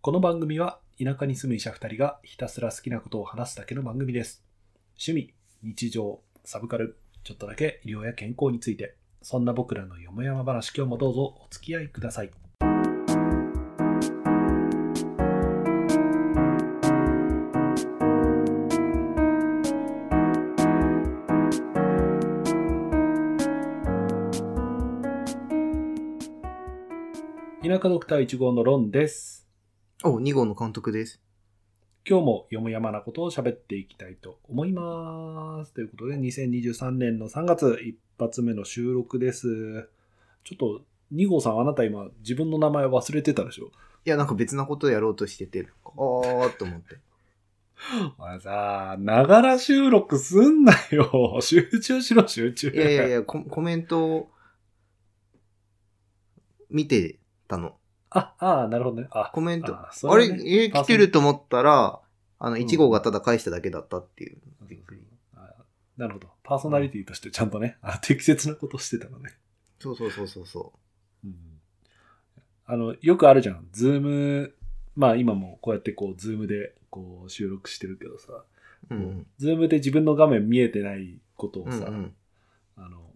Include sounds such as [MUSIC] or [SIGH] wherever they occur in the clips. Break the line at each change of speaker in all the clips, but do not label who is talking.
この番組は田舎に住む医者2人がひたすら好きなことを話すだけの番組です。趣味、日常、サブカル、ちょっとだけ医療や健康について、そんな僕らのよもやま話、今日もどうぞお付き合いください。田舎ドクター1号のロンです。
お、2号の監督です。
今日もよもやまなことを喋っていきたいと思います。ということで、2023年の3月一発目の収録です。ちょっと、2号さん、あなた今、自分の名前忘れてたでしょ
いや、なんか別なことやろうとしてて、あーっと思って。
お前さ、ながら収録すんなよ。集中しろ、集中。
いやいやい
[LAUGHS]
や、ココメントを見てたの。
あ、ああ、なるほどね。あ、
コメント。あ
あそれ
れ、
はね
えー来てると思ったら、あの、1号がただ返しただけだったっていう。びっくり
あなるほど。パーソナリティとしてちゃんとね、あ適切なことしてたのね。
そうそうそうそうそ
あの、よくあるじゃん。ズーム、まあ今もこうやってこう、ズームでこう収録してるけどさ、
う。うん
ズームで自分の画面見えてないこと
う
を
ん。うん
さ、
うん。
あの、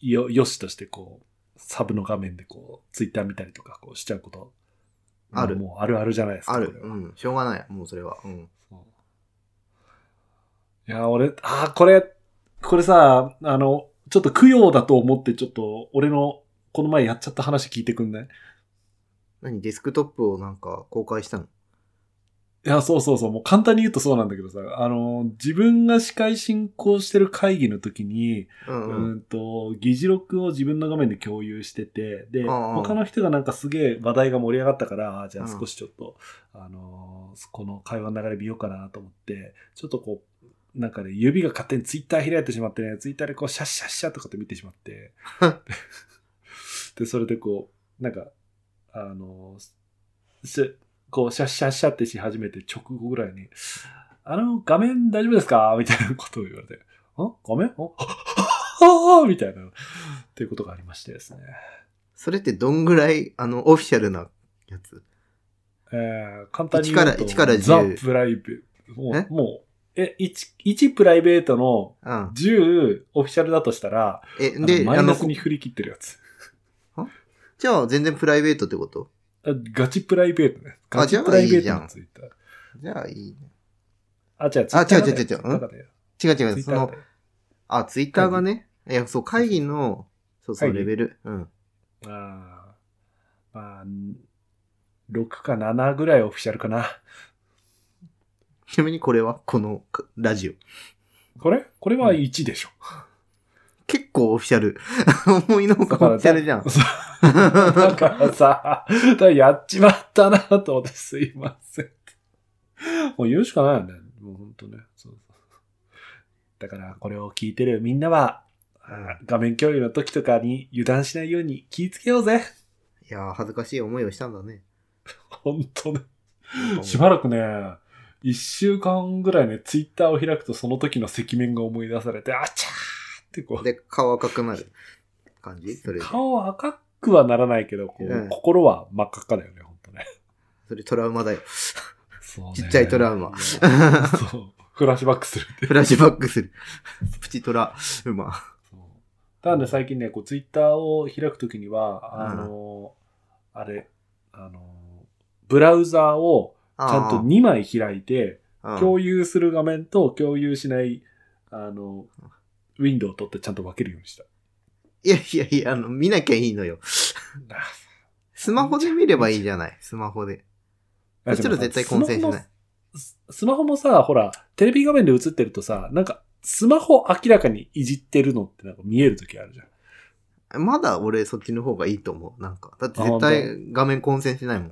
よ、よしとしてこう、サブの画面でこう、ツイッター見たりとかこうしちゃうこと、
ある
もうあるあるじゃないですか。
ある
こ。れは
うん。しょうがない。もうそれは。うん。
そういや、俺、あー、これ、これさ、あの、ちょっと供養だと思って、ちょっと、俺の、この前やっちゃった話聞いてくんない
何デスクトップをなんか公開したの
いや、そうそうそう、もう簡単に言うとそうなんだけどさ、あの、自分が司会進行してる会議の時に、
うん
う
うん
ん、。と、議事録を自分の画面で共有してて、で、
んうん
他の人がなんかすげえ話題が盛り上がったから、あーじゃあ
うん
少しちょっと、あのーこの会話の流れ見ようかなと思って、ちょっとこう、なんかね、指が勝手にツイッター開いてしまってね、ツイッターでこう、シャッシャッシャッとかって見てしまって、で、それでこう、なんか、あのーしこう、シャッシャッシャッってし始めて直後ぐらいに、あの、画面大丈夫ですかみたいなことを言われて、あ画面あああみたいな、っていうことがありましてですね。
それってどんぐらい、あの、オフィシャルなやつ
えー、簡単に言うと、
1から1
ザ
から10・
プライベート。も
え
う、もうえ1、一プライベートの
うん。
10オフィシャルだとしたら、
え、
あの
で、
マ
あ
イナ
の、
スに振り切ってるやつ。
じゃあ全然プライベートってこと
あガチプライベートね。ガチプライベートのツイッター。
じゃあいいね。
あ、違う、
あ違う違う違う
ツイッターだね
違う違
ツ
う、
イッター
そ
だね
の、あ、ツイッターがね、いや、そう、会議の、そうそう、
会議
レベル。うん。
あーまあ、6か7ぐらいオフィシャルかな。
ちなみにこれは、このかラジオ。
これこれは1でしょ。
結構オフィシャル。 [LAUGHS] 思いのほかオフィシャルじゃん。
そうだからさ、だからやっちまったなと思ってすいません。もう言うしかないよね。もう本当ね。そうそうだからこれを聞いてるみんなは、あー画面共有の時とかに油断しないように気をつけようぜ。
[LAUGHS] いやー、恥ずかしい思いをしたんだね。
本当ね。 [LAUGHS] しばらくね、一週間ぐらいね、ツイッターを開くとその時の赤面が思い出されて、あちゃーってこう、
で、顔赤くなる感じそれ、
顔は赤くはならないけど、こう、
うん
心は真っ赤っかだよね、本当ね。
それトラウマだよ。 [LAUGHS]
そうね
ちっちゃいトラウマ
い
[LAUGHS]
やそう。フラッシュバックするっていう。
フラッシュバックする。プチトラウマ。
そう。なんで最近ね、こう、ツイッターを開くときには、あのー、あれ、あのー、ブラウザーをちゃんと2枚開いて、
あー、
共有する画面と共有しない、あの、ウィンドウを取ってちゃんと分けるようにした。
いやいやいや、あの、見なきゃいいのよ。スマホで見ればいいじゃない。スマホで。そしたら絶対混戦しない。
ススマホもさ、ほら、テレビ画面で映ってるとさ、なんか、スマホ明らかにいじってるのってなんか見えるときあるじゃん。
まだ俺そっちの方がいいと思う。なんか。だって
あ
絶
本
対画面混戦しないもん。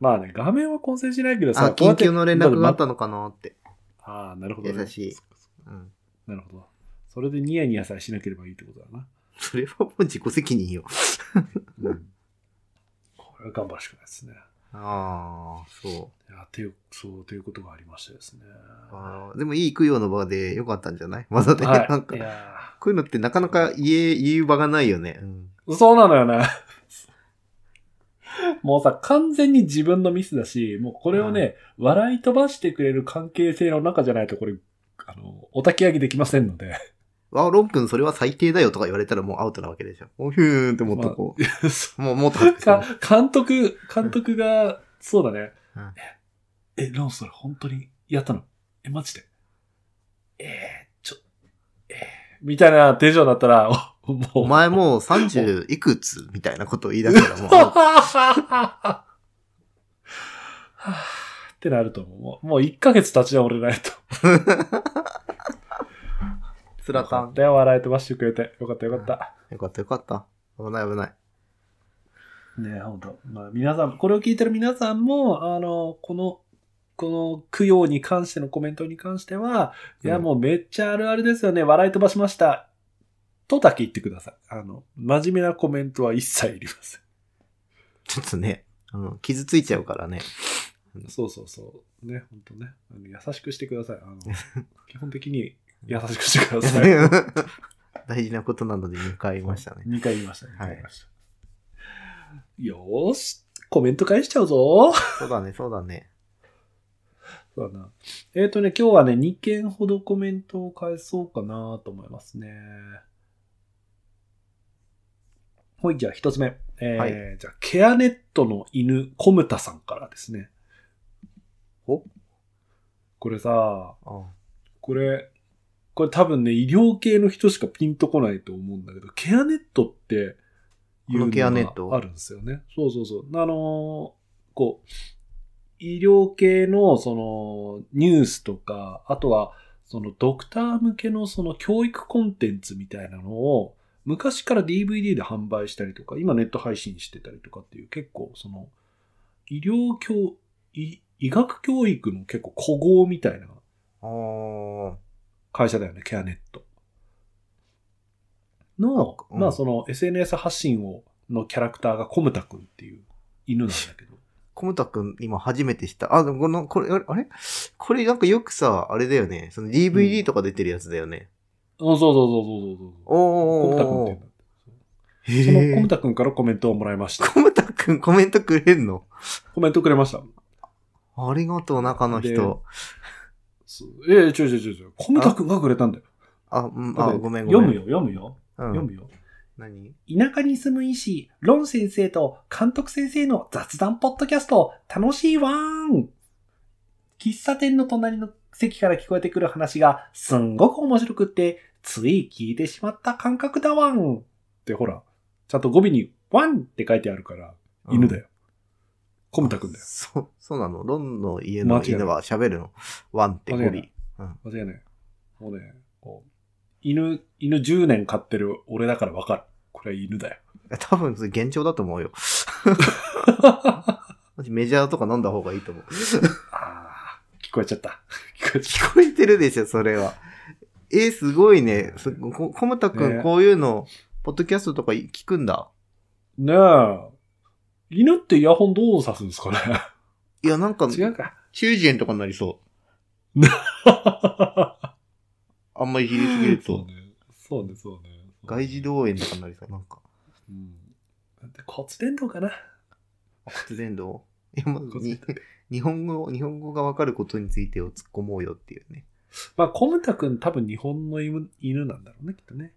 まあね、画面は混戦しないけど
あ、
さ、こうや
緊
って
急の連絡があっ
ま
たのかなって。
ああ、なるほど、ね。
優しい
そっかそっか
うん。
なるほど。それでニヤニヤさえしなければいいってことだな。
それはもう自己責任よ。
うん、これは頑張るしかないですね。
ああ、そ
いや、ていう、そう、ということがありましてですね。
う。あーでもいい供養の場でよかったんじゃない [LAUGHS] まだね、
はい。
なんか
い、や
こういうのってなかなか言え、言う場がないよね。う
ー
ん。
そうなのよね。もうさ、完全に自分のミスだし、もうこれをね、笑い飛ばしてくれる関係性の中じゃないと、これ、あの、お焚き上げできませんの
[LAUGHS]
で。
わ、ロン君それは最低だよとか言われたらもうアウトなわけでしょ。おひゅーんってもっとこう。もう、もっと。 [LAUGHS]
か、監督、監督が、そうだね。
うん
え、ロンそれ本当にやったのえ、マジでえー、ちょ、えー、みたいな手錠だったら、 [LAUGHS] おもう。
お前もう30いくつみたいなことを言い出した
[LAUGHS]
らもうアウト。
ってなると思う。もうもう1ヶ月立ち直れないと。
ス
[LAUGHS]
ラタン。
で、笑い飛ばしてくれて。よかったよかった。
よかったよかった。危ない危ない。
ねえ、ほんと。まあ、皆さん、これを聞いてる皆さんも、あの、この、この供養に関してのコメントに関しては、いや、
うん
もうめっちゃあるあるですよね。笑い飛ばしました。とだけ言ってください。あの、真面目なコメントは一切いりません。
ちょっとね、あの、傷ついちゃうからね。
そうそうそう。ね、ほんとね。あの優しくしてください。あの [LAUGHS] 基本的に優しくしてください。
[LAUGHS] 大事なことなので2回言いましたね。
2回言いましたね。
は
二
い
回言いましたよーし、コメント返しちゃうぞ
そうだね、そうだね。
そうだな。えっ、とね、今日はね、2件ほどコメントを返そうかなと思いますね。ほい、じゃあ1つ目。えー
は
じゃあ、ケアネットの犬、コムタさんからですね。
お
これさ、
あ
これ、これ多分ね、医療系の人しかピンとこないと思うんだけど、ケアネットってい
こ
う
のケアネッ
の
ト
があるんですよね。そうそうそう。あのーこう、医療系のそのニュースとか、あとはそのドクター向けのその教育コンテンツみたいなのを昔から DVD で販売したりとか、今ネット配信してたりとかっていう結構その医療教、医医学教育の結構古豪みたいな
あー。
会社だよね、ケアネット。の、
うん
まあその SNS 発信を、のキャラクターがコムタ君っていう犬なんだ [LAUGHS] けど。
コムタくん、今初めて知った。あ、でもこの、これ、あれあれこれなんかよくさ、あれだよね。その DVD とか出てるやつだよね。
うんそうそうそうそうそうそう。コ
お
ム
ー。
タ君って言うんだって。そ
へ
のコム
ー
タ君からコメントをもらいました。
コムタくんコメントくれんの
[LAUGHS] コメントくれました。
ありがとう、中の人。
そうええ、違う違う違う違う。コムタ君がくれたんだよ。
あ、うん、
だ
あ、
から
ごめんご
読
めん。
むよ、読むよ、
うん、
読むよ。
何
田舎に住む医師、ロン先生と監督先生の雑談ポッドキャスト、楽しいわーん喫茶店の隣の席から聞こえてくる話がすんごく面白くって、つい聞いてしまった感覚だわんってほら、ちゃんと語尾にワンって書いてあるから、犬だ
よ。
よ。コムタくんだよ。
そう、そうなのロンの家の犬は喋るの。ワンってゴ
間違いな
リ
い。間違いない。もうね、こう犬、犬10年飼ってる俺だからわかる。これは犬だよ。
多分、それ幻聴だと思
[LAUGHS]
うよ。私メジャーとか飲んだ方がいいと思う。
あー聞こえちゃった。 [LAUGHS] 聞こえちゃった。
聞こえてるでしょ、それは。えー、すごいね。すこコムタくん、
ね
こういうの、ポッドキャストとか聞くんだ。
ねえ。犬ってイヤホンどう挿すんですかね
いや、なんか、
違うか。
90円とかになりそう。あんまり切りすぎ
[LAUGHS]
る
そう
と。
ね。そうね、そうね。
外児童園とかになりそう。なんか、
うん。で骨伝導かな
発電動いや、まず
骨伝
に、日本語、日本語がわかることについてを突っ込もうよっていうね。
まあ、コムタ君多分日本の犬犬なんだろうね、きっとね。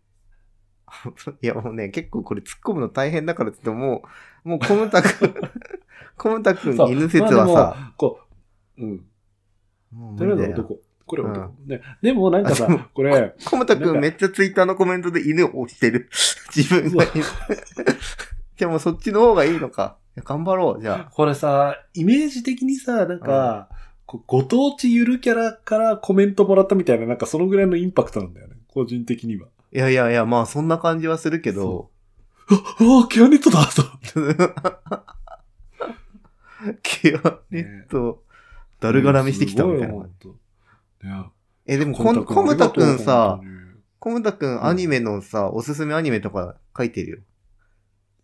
[LAUGHS] いや、もうね、結構これ突っ込むの大変だからって言ってもう、もうコム
[LAUGHS]
タくん、コムタくん
そう
犬説
ま
は
あ
さ、
でもこう、うん。
もう
と
無
りあえ
理
ず
だよ。
男。これは男。
う
ね、でもなんかさ
あでも、
これ、
コムタ
なん
く
か
んめっちゃツイッターのコメントで犬を押してる。 [LAUGHS] 自分が
[LAUGHS]
犬。じゃあもうそっちの方がいいのか。いや頑張ろう、じゃ
これさ、イメージ的にさ、なんか、こうご当地ゆるキャラからコメントもらったみたいな、なんかそのぐらいのインパクトなんだよね。個人的には。
あ。いやいやいや、まあそんな感じはするけど。
ああ、キャネットだと。
[LAUGHS] ケアネット、だるがらみしてきたみたいな。
な。
え、でも
コ
コ
ム
ム
コ
コ
ム
ム
タ
タ
く
く
ん
んさ
本、
コムタくんアニメのさ、おすすめアニメとか書いてるよ。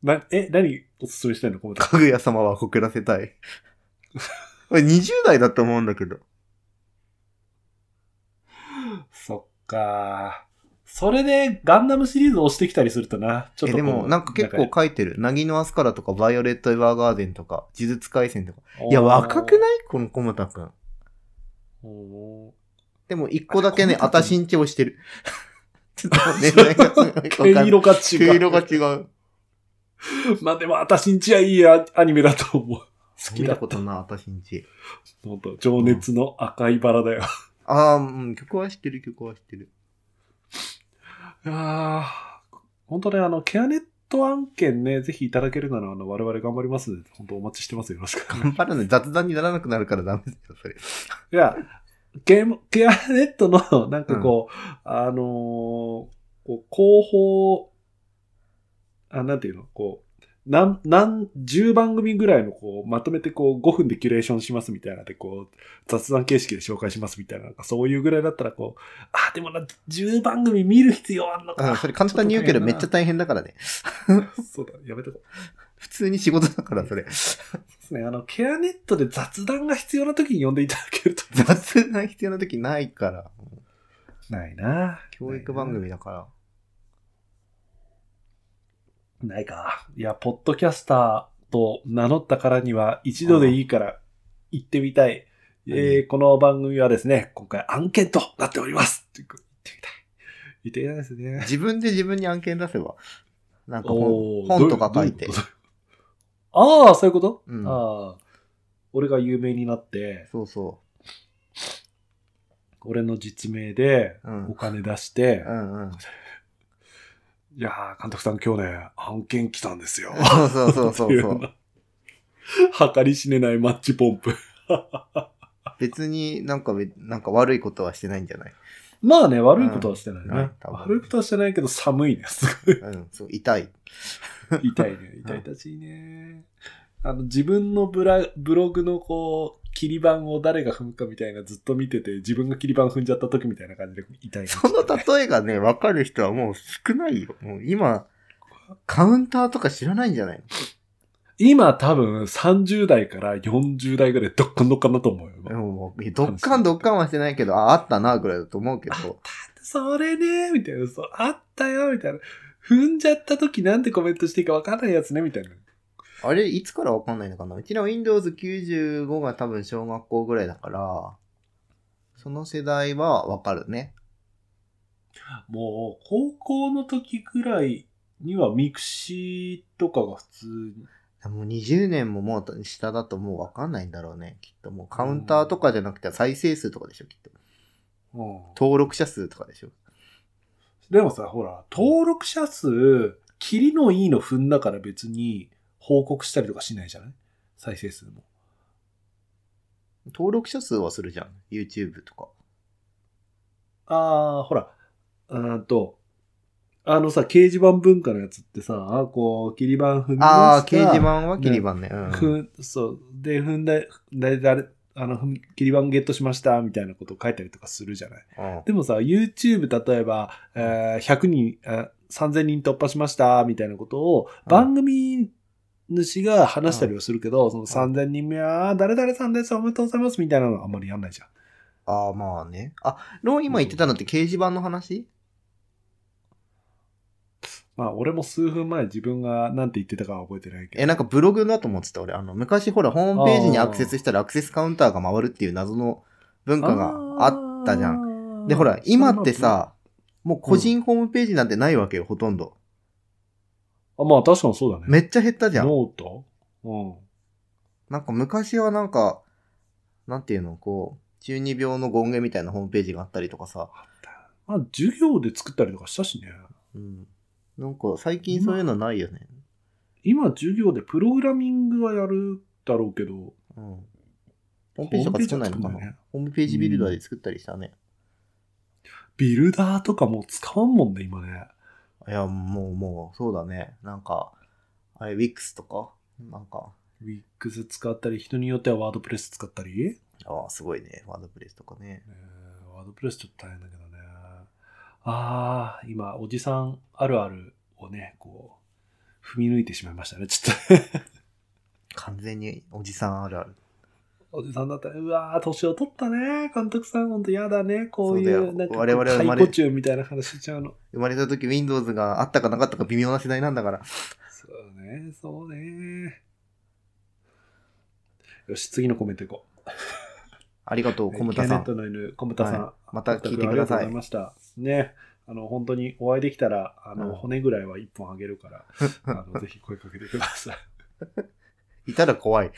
当になえ、何おすすめしたいのコムタ
かぐや様は告らせたい。 [LAUGHS] これ20代だと思うんだけど。
そっかそれでガンダムシリーズを押してきたりするとな、ちょっ
え、
とこ
で
う。
も、なんか結構書いてる。なぎのアスカラとか、バイオレット・エヴァーガーデンとか、呪術廻戦とか。いや、若くないこのコムタくん。
おー
でも、一個だけね、
あれ
あ
コムタ
た
くん
しんちをしてる。 [LAUGHS] ちょっと年代がすご [LAUGHS] いわかんない
毛色が違う。
毛色が違
[LAUGHS]
う。
まあでも、あたしんちはいいアアニメだと思う。好き
見
だ
た
っ
こ
た。
とない、あたしんち。
本当情熱の赤いバラだよ。
ああ、うん、曲は知ってる、曲は知ってる。
ああ、本当ね、あの、ケアネット案件ね、ぜひいただけるなら、あの、我々頑張りますんで、本当お待ちしてますよ。よろしく。
頑張らない。雑談にならなくなるからダメだよ、それ。
いや、ゲーム、ケアネットの、 [LAUGHS] なんかこう、あのーこう広報、あ、なんていうの、こう、なん、なん、10番組ぐらいの、こう、まとめて、こう、5分でキュレーションしますみたいなので、こう、雑談形式で紹介しますみたいな、なんかそういうぐらいだったら、こう、あ、でもな、10番組見る必要あんの
う
か。
ん、それ簡単に言うけど、めっちゃ
ょと
大変だからね。
大変だな。そうだ、やめとこう。
普通に仕事だから、それ。
ですね。あの、ケアネットで雑談が必要な時に呼んでいただけると。
[LAUGHS] 雑談必要な時ないから。
ないな
教育番組だから。
ないか。いや、ポッドキャスターと名乗ったからには、一度でいいから行ってみたい。えーこの番組はですね、今回案件となっております。っていうか行ってみたい。行ってみたいですね。
自分で自分に案件出せば。なんか本
ー
本とか書いて
どう。うことああ、そういうこと、
うん
ああ。俺が有名になって、
そうそ
俺の実名で
う。うん。
お金出して、
うん
[LAUGHS]
うん。
いやー、監督さん今日ね、案件来たんですよ。 [LAUGHS]
そうそうそうそ
っていうう
そ
よ
う
う。な。計り知れないマッチポンプ。
[LAUGHS] 別になんかべ、なんか悪いことはしてないんじ
[LAUGHS]
ゃない
まあね、悪いことはしてないね。
うんない多分
悪いことはしてないけど、寒いね。すごい。
うん、そう、痛い。
痛いね。痛い痛しいね。あの、自分のブラブログのこう、切り板を誰が踏むかみたいなずっと見てて、自分が切り板踏んじゃった時みたいな感じで痛いね。
その例えが
[LAUGHS]
ね、わかる人はもう少ないよ。もう今、カウンターとか知らないんじゃない
今多分30代から40代ぐらいどっかんどっかんだと思うよ。
のもう、いやどっかんどっかんはしてないけど、あ、あったな、ぐらいだと思うけど。
それね、みたいな。そう、あったよ、みたいな。踏んじゃった時なんてコメントしていいか分かんないやつね、みたいな。
あれ、いつからわかんないのかなうちら Windows 95が多分小学校ぐらいだから、その世代はわかるね。
もう、高校の時ぐらいにはミクシーとかが普通に。
もう20年ももう下だともうわかんないんだろうね。きっともうカウンターとかじゃなくて再生数とかでしょ、きっと。登録者数とかでしょ。
でもさ、ほら、登録者数、キリのいいの踏んだから別に報告したりとかしないじゃない再生数も。
登録者数はするじゃん。YouTube とか。
あー、ほら、うーんと、あのさ、掲示板文化のやつってさ、こう、切り板踏みました
ああ、掲示板は切り板ね。
ふん、そう。で、踏んだ、だ、だ、あの、踏み切り板ゲットしました、みたいなことを書いたりとかするじゃない。
うん。うん
でもさ、YouTube、例えば、えー100人、あ3000人突破しました、みたいなことを、
うん
番組主が話したりはするけど、その3000人目は、あー誰々さんです、おめでとうございます、みたいなのはあんまりやんないじゃん。
ああ、まあね。あ、ロン今言ってたのって掲示板の話
まあ、俺も数分前自分が何て言ってたかは覚えてないけ
え、
ど。
なんかブログだと思ってた俺。あの、昔ほら、ホームページにアクセスしたらアクセスカウンターが回るっていう謎の文化があったじゃん。
ん
で、ほら、今って、さ、もう個人ホームページなんてないわけよ、ほとんど。
あまあ確かにそうだね。
めっちゃ減ったじゃん。
ノートうん。
なんか昔はなんか、なんていうの、こう、中二病の権限みたいなホームページがあったりとかさ。
まあ、授業で作ったりとかしたしね。
うん。なんか最近そういうのないよね。
今、授業でプログラミングはやるだろうけど、
うん。ホームページとか作んないの
ホ
か
ームページは作ん
な
ないね
ホームページビルダーで作ったりしたね。
ビルダーとかもう使わんもんね、今ね。
いや、もう、もう、そうだね。なんか、あれ、Wix とかなんか、
Wix 使ったり、人によってはワードプレス使ったり。
ああ、すごいね。ワードプレスとかね。
ワードプレスちょっと大変だけどね。ああ、今、おじさんあるあるをね、こう、踏み抜いてしまいましたね、ちょっ
完全におじさんあるある。
と。 [LAUGHS] おじさんだったら、うわー、年を取ったね、監督さん、ほんと嫌だね、こうい
そうだよ
う、なんか、
我々は生まれ
解雇中みたいな話しちゃうの。
生まれた時 Windows があったかなかったか微妙な世代なんだから。
そうね、そうね。よし、次のコメントいこう。
ありがとう、
え
コムタ
キャ
さ
ネット
ん。
の犬、コムタさん。
はまた聞いて
あ
く
りが
だ
とう
さ
ござ
い
い。ました。ね。あの、本当にお会いできたら、あの、
うん
骨ぐらいは1本あげるから、
[LAUGHS]
あの、ぜひ声かけてください。
いたら怖い。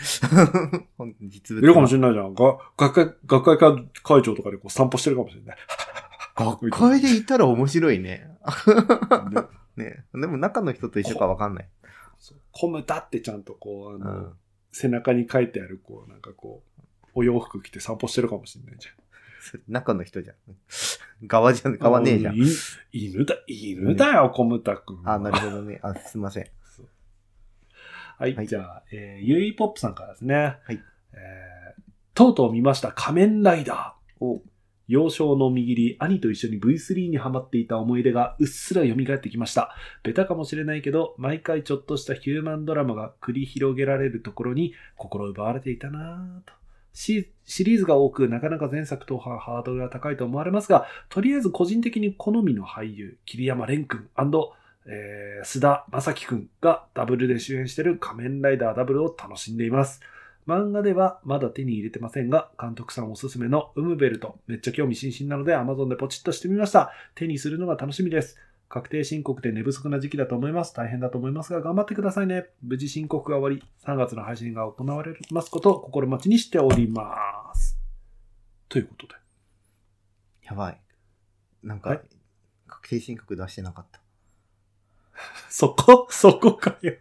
[LAUGHS] 本実
い
物。
るかもしれないじゃん。が学会、学会会長とかでこう散歩してるかもしれない。
学会でいたら面白いね。
ね
ね。でも中の人と一緒かわかんない。
そうコムタってちゃんとこう、あ
う
の、
ん。
背中に書いてある、こう、なんかこう、お洋服着て散歩してるかもしれないじゃん。
それ中の人じゃん。 [LAUGHS] 側じゃん、側ねえじゃん。
い犬だ、犬だよ、コムタくんは。
あ、なるほどね。あ、すいません。
そうはい、
はい
じゃあ、えーゆいポップさんからですね。
い
えーとうとう見ました仮面ライダー。
お、
幼少の右利兄と一緒に V3 にハマっていた思い出がうっすら蘇ってきました。ベタかもしれないけど、毎回ちょっとしたヒューマンドラマが繰り広げられるところに心奪われていたなぁと。シシリーズが多く、なかなか前作とはハードルが高いと思われますが、とりあえず個人的に好みの俳優、桐山蓮君えー、須田正樹君がダブルで主演している仮面ライダーダブルを楽しんでいます。漫画ではまだ手に入れてませんが、監督さんおすすめのウムベルト、めっちゃ興味津々なので Amazon でポチッとしてみました。手にするのが楽しみです。確定申告で寝不足な時期だと思います。大変だと思いますが、頑張ってくださいね。無事申告が終わり、3月の配信が行われますことを心待ちにしております。ということで。
やばい。なん
は
か
い、
確定申告出してなかった。
そ
[LAUGHS]
こそこかよ。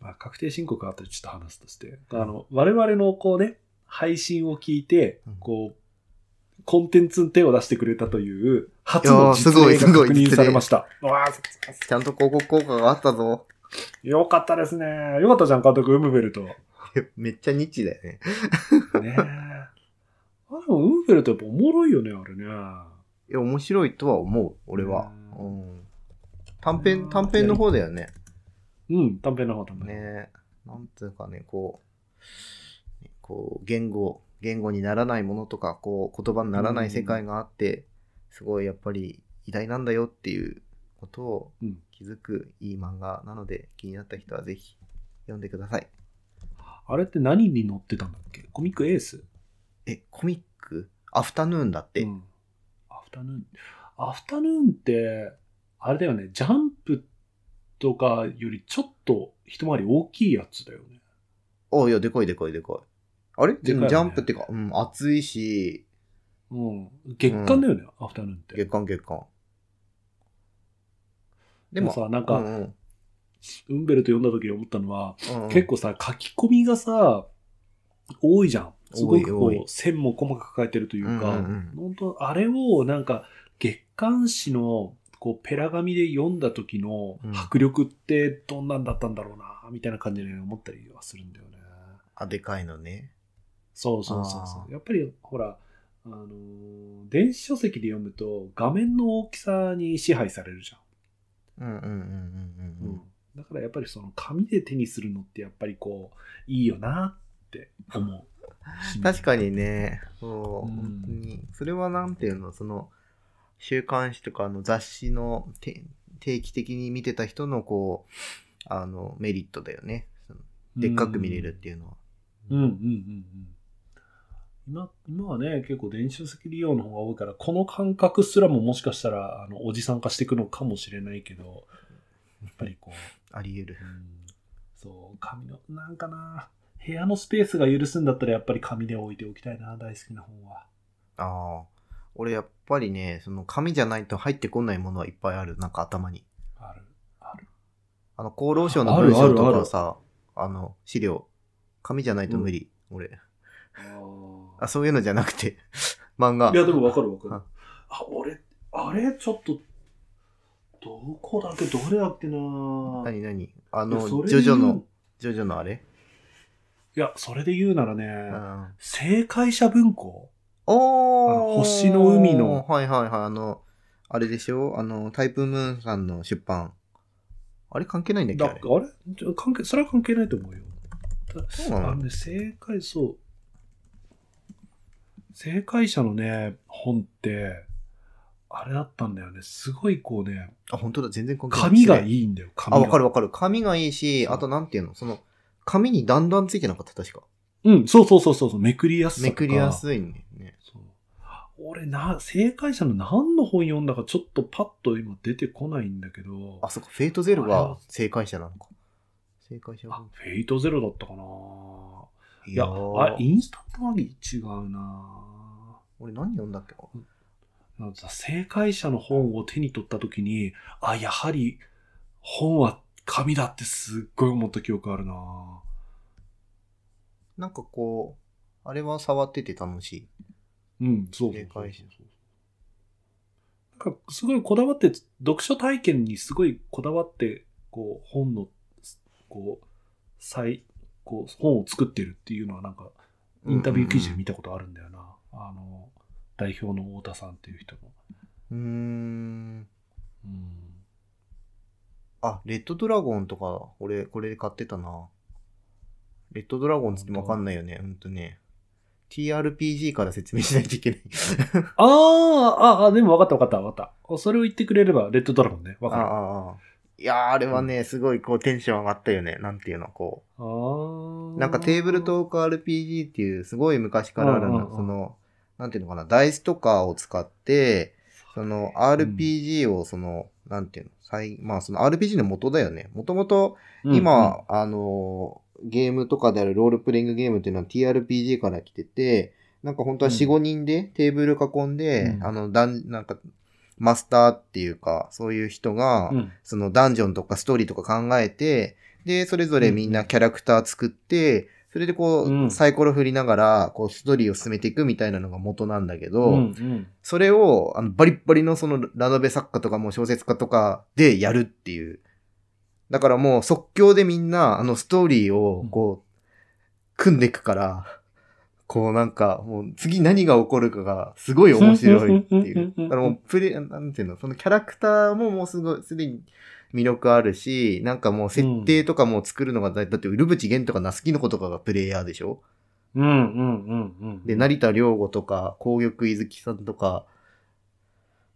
まあ、確定申告は後でちょっと話すとして、あの、我々のこうね、配信を聞いて
うん、
こう、コンテンツに手を出してくれたという、初
いや
の
ー
実
すごい
例が確
すごい実
認
例
されました。わ
ちゃんと広告効果があったぞ。
ーよかったですね。よかったじゃん、監督、ウムベルト。ね
[LAUGHS] めっちゃニッチだよね。
え [LAUGHS] あ、でも、ウムベルトやっぱおもろいよね、あれね。
いや、面白いとは思う、俺は。
う
うん短編、短編の方だよね。
うん、短編の方、短編の方。
ねなんていうかね、こう、こう、言語、言語にならないものとか、こう、言葉にならない世界があって、すごいやっぱり偉大なんだよっていうことを
うん
気づくいい漫画なので、気になった人はぜひ読んでください。
あれって何に載ってたんだっけコミックエース
え、コミックアフタヌーンだって。
うん、アフタヌーンアフタヌーンってあれだよねジャンプとかよりちょっと一回り大きいやつだよね
おいや、でかいでかいでかい。あれ
でかいよね
ジャンプっていうか、うん、熱いし、
うん月間だよね、アフタヌーンって
月刊月刊。で
で
も
も、さなんか、
うんうん
ウンベルと読んだ時に思ったのは、
うんうん
結構さ書き込みがさ多いじゃんすごくこ
多い多いう
線も細かく書いてるというか、
うんうん
本当あれをなんか月刊誌のこうペラ紙で読んだ時の
うん
迫力ってどんなんだったんだろうなみたいな感じで思ったりはするんだよね。
あ、でかいのね。
そうそうそうそ
あ
う。
ー
やっぱりほらあのー電子書籍で読むと画面の大きさに支配されるじゃん。
うんうんうんうんうん
だからやっぱりその紙で手にするのってやっぱりこういいよなって
[LAUGHS]
思
う
う。
ん。確かにね、そう、
うん
本当に。それはなんていうの、その、週刊誌とかの雑誌のて定期的に見てた人のこう、あの、メリットだよね。そのでっかく見れるっていうのは。
うんうんうんうん。今今はね、結構電子書籍利用の方が多いから、この感覚すらももしかしたらあのおじさん化していくのかもしれないけど、やっぱりこう、
あり得る。
うんそう、紙の、なんかな、部屋のスペースが許すんだったら、やっぱり紙で置いておきたいな、大好きな本は。
ああ。俺やっぱりね、その紙じゃないと入ってこないものはいっぱいある。なんか頭に。
ある、ある。
あの、厚労省の
ある
文章
ある
と
あ
か
る
さ、あの、資料。紙じゃないと無理。俺。
あ
あ、そういうのじゃなくて、 [LAUGHS] 漫画。
いや、でもわかるわかる
あ。
あ、俺、あれ、ちょっと、どこだっけ、どれだっけな
何何あ
あ
の、ジョジョの、ジョジョのあれ、
いや、それで言うならね、
うん、
正解者文庫
お
の星の海の
はいはいはい。あの、あれでしょあの、タイプムーンさんの出版。あれ関係ないんだっけ
だ
あ
あれ
れ
ちょ関係それは関係ないと思うよ。
そうな
あの
の
ね、正解、そう。正解者のね、本って、あれだったんだよね。すごいこうね、
あ、本当だ、全然関係ない。
紙が
い。
いいんだよ、紙
あ、
が。
わかるわかる。紙がいいし、
そう
あとなんていうの、その、紙にだんだんついてなかった、確か。
うん、そうそうそうそうそう、めくりやすさと
め
か。
くりやすいね。ね
そう。俺な、正解者の何の本読んだかちょっとパッと今出てこないんだけど、
あ、そっか、フェイトゼロ
あれは
が正解者なのか。正解者
あ
が。
フェイトゼロだったかな。
い
いや、あ
い。
インスタントマギー違うな。
俺何読んだっけな
なんかさ正解者の本を手に取った時に、あ、やはり本は紙だってすっごい思った記憶あるな。
なんかこう、あれは触ってて楽しい。
うん、そうそう
正
そう
解者
なんかすごいこだわって、読書体験にすごいこだわって、こう、本の、こう、再、こう、本を作ってるっていうのはなんか、インタビュー記事で見たことあるんだよな。あの、代表の太田さんっていう人の。
うーん。
うん。
あ、レッドドラゴンとか、俺、これで買ってたな。レッドドラゴンつってもわかんないよね。うんとね。TRPG から説明しないといけない。
あーあ、あ、でも分かった分かった分かった。それを言ってくれれば、レッドドラゴンね。分
あ
かる。あ
ああ。いやー、あれはね、すごいこうテンション上がったよね。なんていうの、こ
あ
う。
ー
なんかテーブルトーク RPG っていう、すごい昔からある
うんうん
の
うん
その、なんていうのかな、ダイスとかを使って、その RPG をその、なんていうの、再まあその RPG の元だよね。もともと
うん
今、、あの、ゲームとかであるロールプレイングゲームっていうのは TRPG から来てて、なんか本当は4、
うん
5人でテーブル囲んで
う、ん
あの、だん、なんか、マスターっていうか、そういう人が
う、ん
そのダンジョンとかストーリーとか考えて、で、それぞれみんなキャラクター作って、それでこう、
うん
サイコロ振りながら、こう、ストーリーを進めていくみたいなのが元なんだけ
う
ど、
んうん
それを、あの、バリッバリのそのラノベ作家とかもう小説家とかでやるっていう。だからもう即興でみんな、あのストーリーをこう、組んでいくから、こうなんか、もう次何が起こるかがすごい面白いっていう。だからもうプレイ、なんていうの、そのキャラクターももうすごい、すでに魅力あるし、なんかもう設定とかもう作るのがだ、だってウルブチゲンとかナスキノコとかがプレイヤーでしょ
うんうんうんうん。
で、成田良吾とか、紅玉伊月さんとか、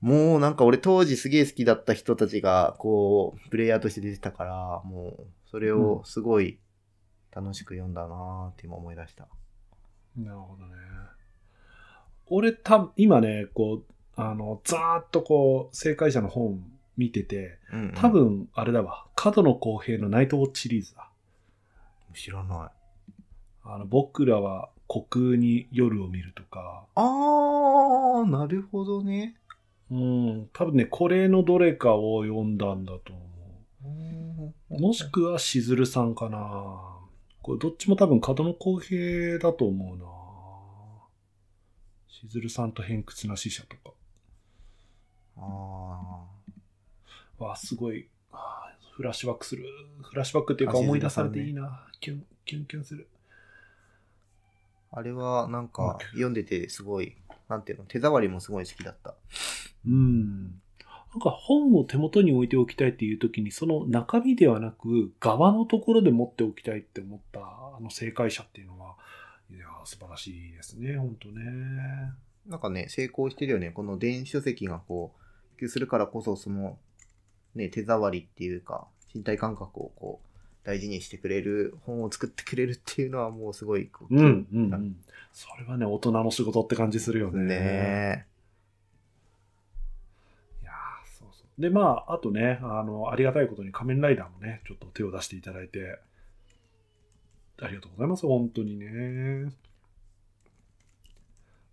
もうなんか俺当時すげえ好きだった人たちが、こう、プレイヤーとして出てたから、もう、それをすごい楽しく読んだなーって今思い出した。
なるほどね。俺、たぶ今ね、こう、あの、ざーっとこう、正解者の本見てて、
うん、うん
多分、あれだわ、角野公平のナイトウォッチシリーズだ。
知らない。
あの、僕らは虚空に夜を見るとか、
あー、なるほどね。
うん、多分ね、これのどれかを読んだんだと思う。もしくはしずるさんかな。これどっちも多分角野公平だと思うな。しずるさんと偏屈な死者とか。
あ
わあ、すごい。あーフラッシュバックする。フラッシュバックっていうか
あしずるさん
思い出さ
ね
れていいな。キュン、キュンキュンする。
ーあれはなん
うん
か読んでてすごい、なんていうの、手触りもすごい好きだった。
うん。なんか本を手元に置いておきたいっていう時に、その中身ではなく、側のところで持っておきたいって思った、あの正解者っていうのは、いやー素晴らしいですね、本当ね。
なんかね、成功してるよね。この電子書籍がこう、普及するからこそ、その、ね、手触りっていうか、身体感覚をこう、大事にしてくれる、本を作ってくれるっていうのはもうすごい、こう
うんうんうん、それはね大人の仕事って感じするよね。
ね
いやーそうそうでまああとねあのありがたいことに「仮面ライダー」もねちょっと手を出していただいてありがとうございます本当にね。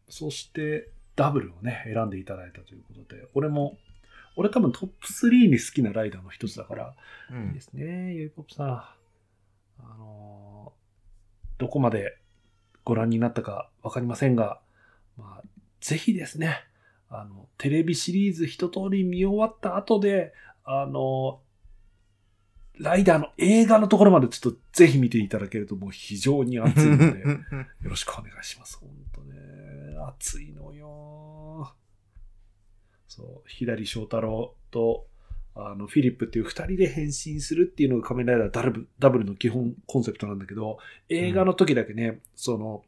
そしてダブルをね選んでいただいたということで俺も俺多分トップ3に好きなライダーの一つだから
え。う
いい
ん
で。すね、ゆいぽぽさん。あのーどこまでご覧になったか分かりませんが、まあ、ぜひですね、あの、テレビシリーズ一通り見終わった後で、あのーライダーの映画のところまでちょっとぜひ見ていただけるともう非常に熱いの [LAUGHS]
[LAUGHS]
で、よろしくお願いします。本当ね、熱いのよ。そう、左翔太郎と、あの、フィリップっていう二人で変身するっていうのが仮面ライダーダルダブルの基本コンセプトなんだけど、映画の時だけね、その、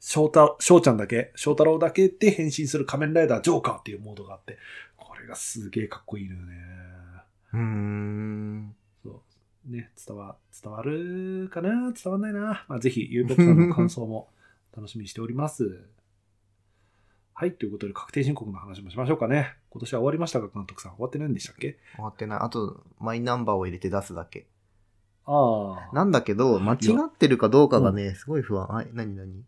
翔太、翔ちゃんだけ、翔太郎だけで変身する仮面ライダージョーカーっていうモードがあって、これがすげえかっこいいのよね。
うーん。
そう。ね、伝わ、伝わるかな伝わんないな。まあ、ぜひ、ゆうべつさんの感想も楽しみにしております。 [LAUGHS] はい、ということで、確定申告の話もしましょうかね。今年は終わりましたか、監督さん。終わってないんでしたっけ
終わってない。あと、マイナンバーを入れて出すだけ。
ああ。
なんだけど、間違ってるかどうかがね、すごい不安。はい、なになにい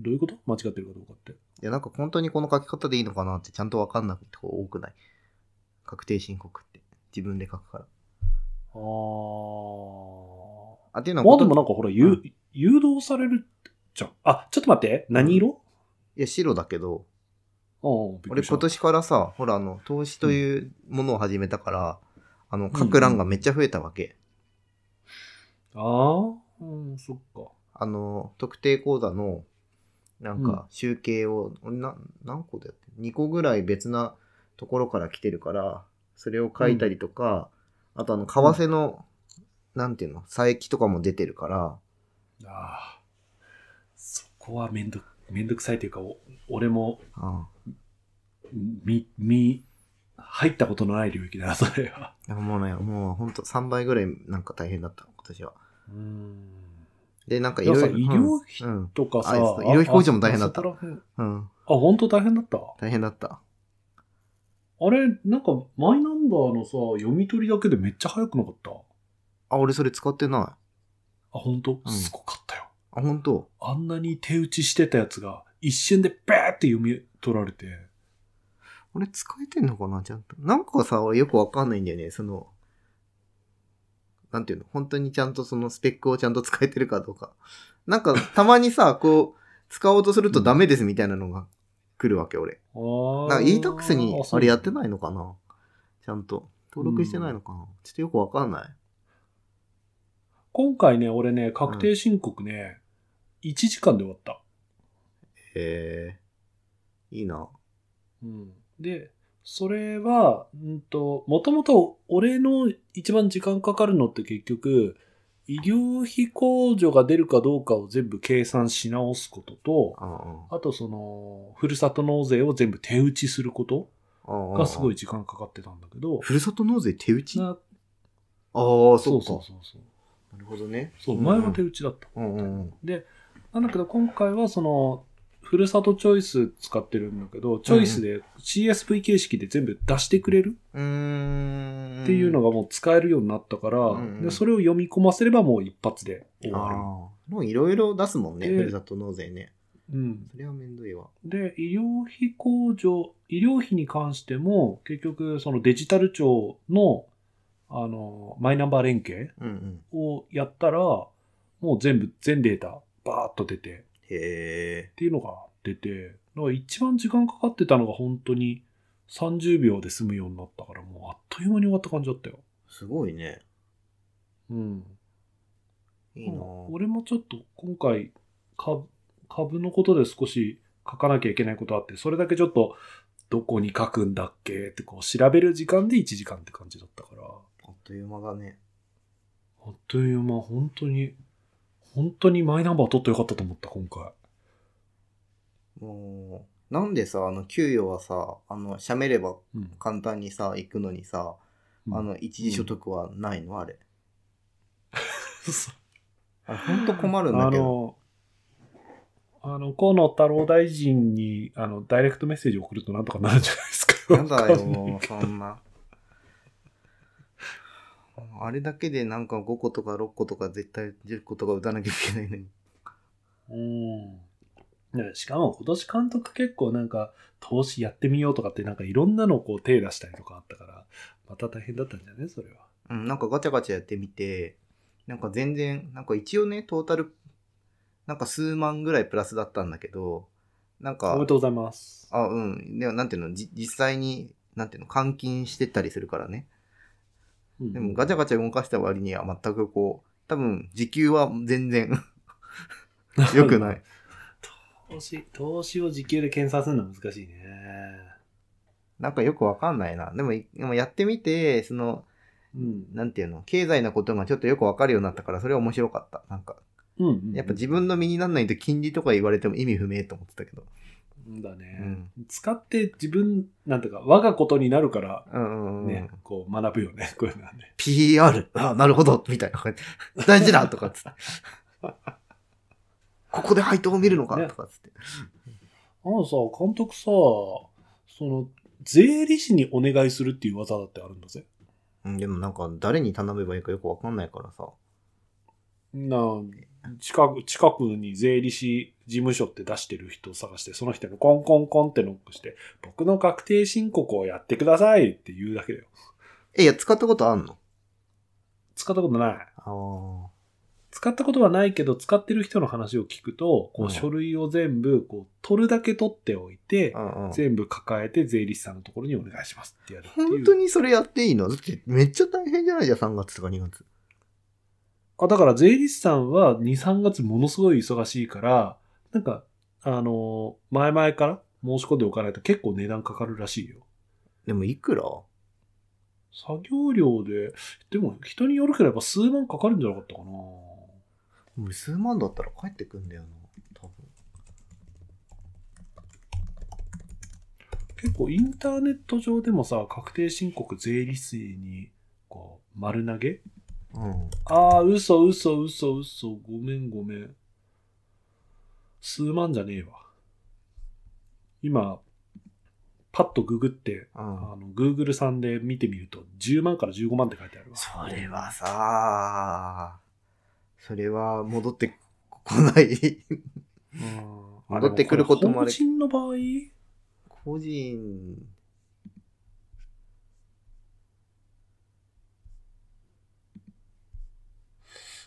どういうこと間違ってるかどうかって。
や、なんか本当にこの書き方でいいのかなってちゃんとわかんないとこ多くない。確定申告って。自分で書くか
ああ。
ら。あ、っていうの
ま
は
あ
こ
で
と、
もなんかほら、ゆ誘導されるじゃん。あ、ちょっと待って。何色、
いや、白だけど、
うん、びっく
俺
りした
今年からさ、ほら、あの、投資というものを始めたから、あの、書く欄がめっちゃ増えたわけ。
ああ、うん、そっか。
あの、特定口座の、なん
うん
か、集計を、俺な何個だよって ?2 個ぐらい別なところから来てるから、それを書いたりとか、あとあの、為替の、なんていうの、佐伯とかも出てるから、
ああ。そこはめんどく、めんどくさいというか、お俺も、
あ
み、み、入ったことのない領域だな、それは。
あもうね、もうほんと3倍ぐらいなんか大変だった、今年は。
うん。
で、なんかい
いや
ろい
さ、
ろ。
医療
う
費
ん、
とかさ、
あそう医療費控除も大変だった
あ、あそこら辺あ
うん、うん、
本当大変だった。
大変だった。
あれ、なんか、マイナンバーのさ、読み取りだけでめっちゃ早くなかった。あ、
あ、俺それ使ってない。
本当、
うん
すごかったよ。
あ、ほんと
あんなに手打ちしてたやつが、一瞬でペーって読み取られて。
俺使えてんのかなちゃんと。なんかさ、俺よくわかんないんだよね。その、なんていうの本当にちゃんとそのスペックをちゃんと使えてるかどうか。なんか、たま
[LAUGHS]
にさ、こう、使おうとするとダメですみたいなのが来るわけ、俺。
あー
なんか e-tax にあれやってないいのかなちゃんと。登録してないのかな、ちょっとよくわかんない。
今回ね、俺ね、確定申告ね、1時間で終わった。
へえ。いいな。
うん、で、それは、うんと、もともと俺の一番時間かかるのって結局、医療費控除が出るかどうかを全部計算し直すことと、
ああ
あとその、ふるさと納税を全部手打ちすること
ああ。
がすご
い。
い時間かかってたんだけど、
ふるさと納税手打ちああ
な、
そ
そうう
か
そうそうそう。
なるほどね。
そう、前は手打ちだった。
うんうんうん。
なんだけど、今回はその、ふるさとチョイス使ってるんだけど、チョイスで CSV 形式で全部出してくれる
うーん。
っていうのがもう使えるようになったから、
うんうん
でそれを読み込ませればもう一発で終
ああ
わ
もういろいろ出すもんね、
で
ふるさと納税ね。
る。うん、
それはめんどいわ。
で、医療費控除、医療費に関しても、結局そのデジタル庁の、あの、マイナンバー連携
うんうん。
をやったら、もう全部、全データ、バーっと出て、
へえ
っ。ていうのが出て、だから一番時間かかってたのが本当に30秒で済むようになったから、もうあっという間に終わった感じだったよ。
すごいね。
うん。
いいな
うん俺もちょっと今回株、株のことで少し書かなきゃいけないことあって、それだけちょっとどこに書くんだっけってこう調べる時間で1時間って感じだったから、あ
あっという間だね。
っという間、本当に、本当にマイナンバー取ってよかったと思った、今回。
もう、なんでさ、あの、給与はさ、あの、しゃめれば
うん。
簡単にさ、行くのにさ、あの、一時所得はないの、あれ。あれ、ほんと困るんだけど。
あの、あの河野太郎大臣にあのダイレクトメッセージ送るとなんとかなるんじゃないですか。
なんだ
わかんない
よ、そんな。 [LAUGHS] あれだけでなんか5個とか6個とか絶対10個とか打たなきゃいけないのに。
うん。ねしかも今年監督結構なんか投資やってみようとかってなんかいろんなのをこう手出したりとかあったから、また大変だったんじゃねそれは。
うん、なんかガチャガチャやってみて、なんか全然、なんか一応ね、トータル、なんか数万ぐらいプラスだったんだけど、な
お
ん
め
か
で、とうございます。
あ、うん、でもなんていうの、じ実際に、なんていうの、換金してったりするからね。
うん
でもガチャガチャ動かした割には全くこう、多分時給は全然 [LAUGHS] 良くない。。
投資、投資を時給で検査するのは難しいね。
なんかよくわかんないな。でも、いでもやってみて、その、
うん。
なんていうの、経済のことがちょっとよくわかるようになったから、それは面白かった。なんか、
うんうん
やっぱ自分の身になんないと金利とか言われても意味不明と思ってたけど。
だね、
うん
使って自分、なんていうか、我がことになるから、
うんうんうん。
ね、こう学ぶよね、 [LAUGHS] こういうのはね。
PR! あなるほどみたいな。大事だ
[LAUGHS]
とかっつって。ここで配当を見るのか
ね
とかっつって。
あのさ、監督さ、その、税理士にお願いするっていう技だってあるんだぜ。
うんでもなんか誰に頼めばいいかよくわかんないからさ。
な近く、近くに税理士事務所って出してる人を探して、その人にコンコンコンってノックして、僕の確定申告をやってくださいって言うだけだよ。
え、いや、使ったことあんの
使ったことない。
あ
使ったことはないけど、使ってる人の話を聞くと、こ
うん
う書類を全部、こう、取るだけ取っておいて
あ。、うんうん。
全部抱えて税理士さんのところにお願いしますってやるっていう。
本当にそれやっていいのだってめっちゃ大変じゃないじゃん、3月とか2月。
あだから税理士さんは2、3月ものすごい忙しいから、なんか、あの、前々から申し込んでおかないと結構値段かかるらしいよ。
でもいくら
作業量で、でも人によるければ数万かかるんじゃなかったかな。
俺数万だったら帰ってくんだよな、多分。
結構インターネット上でもさ、確定申告税理士に、こう、丸投げ
うん。
ああ、嘘嘘嘘嘘、ごめんごめん。数万じゃねえわ。今、パッとググって、あ
うん。
の、Google さんで見てみると、10万から15万って書いてあるわ。
それはさ、それは戻ってこない。
[LAUGHS] うん。
戻ってくることもある
でこれ法人の場合
個人、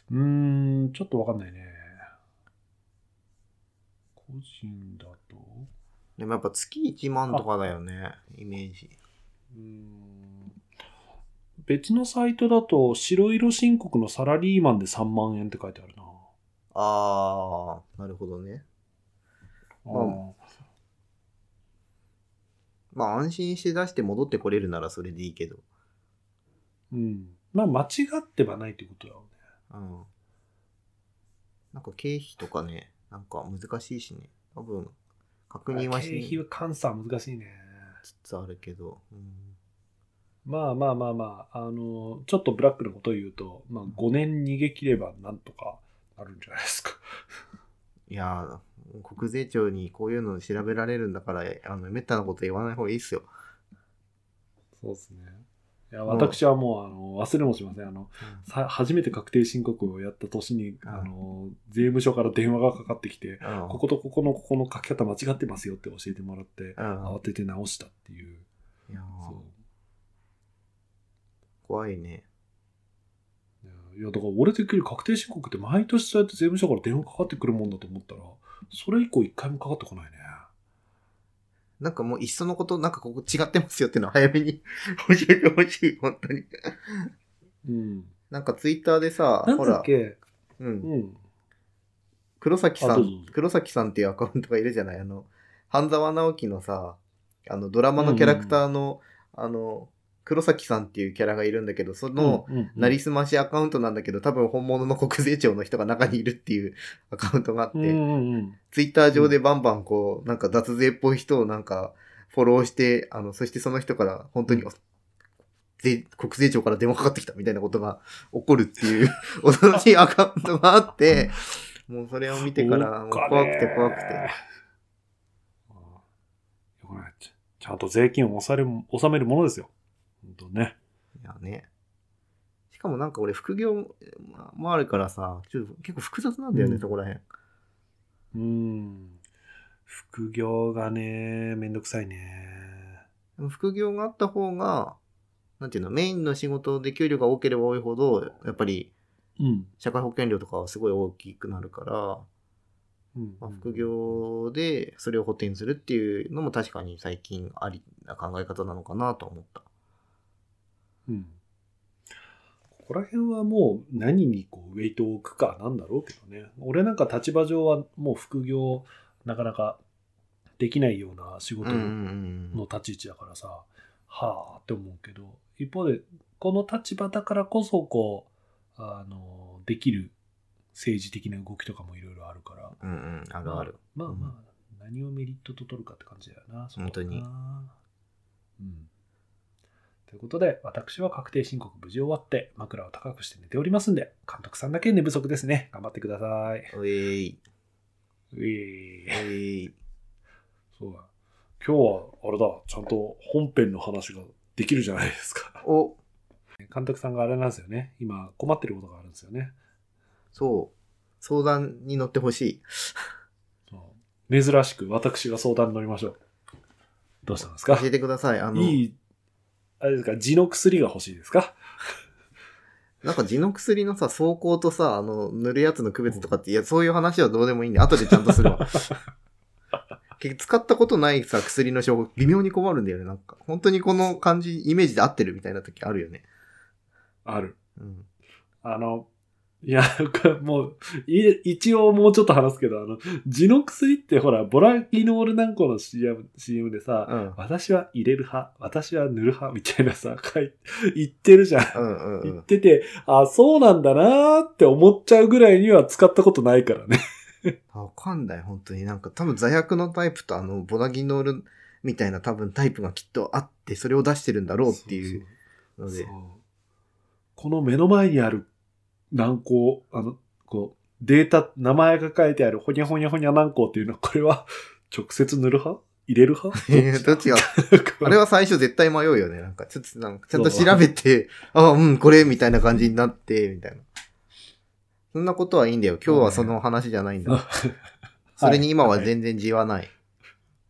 うーん、ちょっとわかんないね。個人だと
でもやっぱ月1万とかだよね、イメージ。
うーん。別のサイトだと、白色申告のサラリーマンで3万円って書いてあるな。
あー、なるほどね。
あ
う
ー
まあ安心して出して戻ってこれるならそれでいいけど。
うん。まあ、間違ってはないってことだよね。
うん。なんか経費とかね、なんか難しいしね。多分、確認は
経費
し
は換算難しいね。
つつあるけど。うん
まあまあまあまあ、あの、ちょっとブラックなことを言うと、まあ5年逃げ切ればなんとかなるんじゃないですか。
いやー、国税庁にこういうの調べられるんだから、あの、めったなこと言わない方がいいっすよ。
そうですね。いや、
ん
私はもう、あの、忘れもしません。あの、さ初めて確定申告をやった年に、
ん
あの、税務署から電話がかかってきて、
う
[LAUGHS]
ん
こことここのここの書き方間違ってますよって教えてもらって、
うん
慌てて直したっていう。
いやー
そ
怖いね。
ういや、だから俺てっきり確定申告って毎年そうやって税務署から電話かかってくるもんだと思ったら、それ以降一回もかかってこないね。
なんかもういっそのこと、なんかここ違ってますよっていうのは早めに [LAUGHS] 教えてほしい、本当に。
うん。
なんかツイッターでさ、
なん
ほ
だっ
ら、
け
うん、
うん。
黒崎さ
あどうぞど
ん
うぞ、
黒崎さんっていうアカウントがいるじゃないあの、半沢直樹のさ、あの、ドラマのキャラクターの、あの、黒崎さんっていうキャラがいるんだけど、その、
うん、うん
なりすましアカウントなんだけど、多分本物の国税庁の人が中にいるっていうアカウントがあって、
うんうんうん。
ツイッター上でバンバンこう、なんか脱税っぽい人をなんかフォローして、あの、そしてその人から本当に、
う
税国税庁から電話かかってきたみたいなことが起こるっていう [LAUGHS] 恐ろしいアカウントがあって、もうそれを見てからもう怖くて怖くて。
よくないちゃんと税金を納める納めるものですよ。本当ね。
いやね。しかもなんか俺副業ももあるからさ、ちょっと結構複雑なんだよね、
うん
そこら辺。
うん。副業がね、めんどくさいね。
でも副業があった方が、なんていうの、メインの仕事で給料が多ければ多いほど、やっぱり
うん。
社会保険料とかはすごい大きくなるから、
うん
まあ、副業でそれを補填するっていうのも確かに最近ありな考え方なのかなと思った。
うん。ここら辺はもう何にこうウェイトを置くかなんだろうけどね。俺なんか立場上はもう副業なかなかできないような仕
うん
事
うん
の立ち位置だからさ、はあって思うけど一方でこの立場だからこそこうあのできる政治的な動きとかもいろいろあるから
うんうんうんあるある
まあ
うん
まあ、何をメリットと取るかって感じだよなそこはな
本当に
うんということで私は確定申告無事終わって枕を高くして寝ておりますんで監督さんだけ寝不足ですね頑張ってください
おいう
え
おい
そうだ今日はあれだちゃんと本編の話ができるじゃないですか
お
監督さんがあれなんですよね今困ってることがあるんですよね
そう相談に乗ってほしい
そう珍しく私が相談に乗りましょうどうしたんですか
教えてくださいあの
いいあれですか地の薬が欲しいですか
なんか地の薬のさ走行とさあの塗るやつの区別とかっていやそういう話はどうでもいいんで後でちゃんとするわ
[LAUGHS]
結局使ったことないさ薬の処方微妙に困るんだよねなんか本当にこの感じイメージで合ってるみたいな時あるよね
ある
うん
あの、いや、もう、い一応もうちょっと話すけど、あの、地の薬ってほら、ボラキノールなんかの CM, CM でさ、
うん
私は入れる派、私は塗る派みたいなさ、書い言ってるじゃん。
うんうんう
言っ
ん
てて、あ、そうなんだなーって思っちゃうぐらいには使ったことないからね。
わかんない、本当に。なんか多分座薬のタイプとあの、ボラギノールみたいな多分タイプがきっとあって、それを出してるんだろうっていうの
そう
で。
この目の前にある軟膏、あの、こう、データ、名前が書いてあるほにゃほにゃほにゃ軟膏っていうのは、これは直接塗る派入れる派
えーどっちが、あれ
は
は最初絶対迷うよね。なんか、ちょっとなんか、ちゃんと調べて、 [LAUGHS] あ、うん、これ、みたいな感じになって、みたいな。そんなことはいいんだよ。今日はその話じゃないんだ。それに今は全然字はない。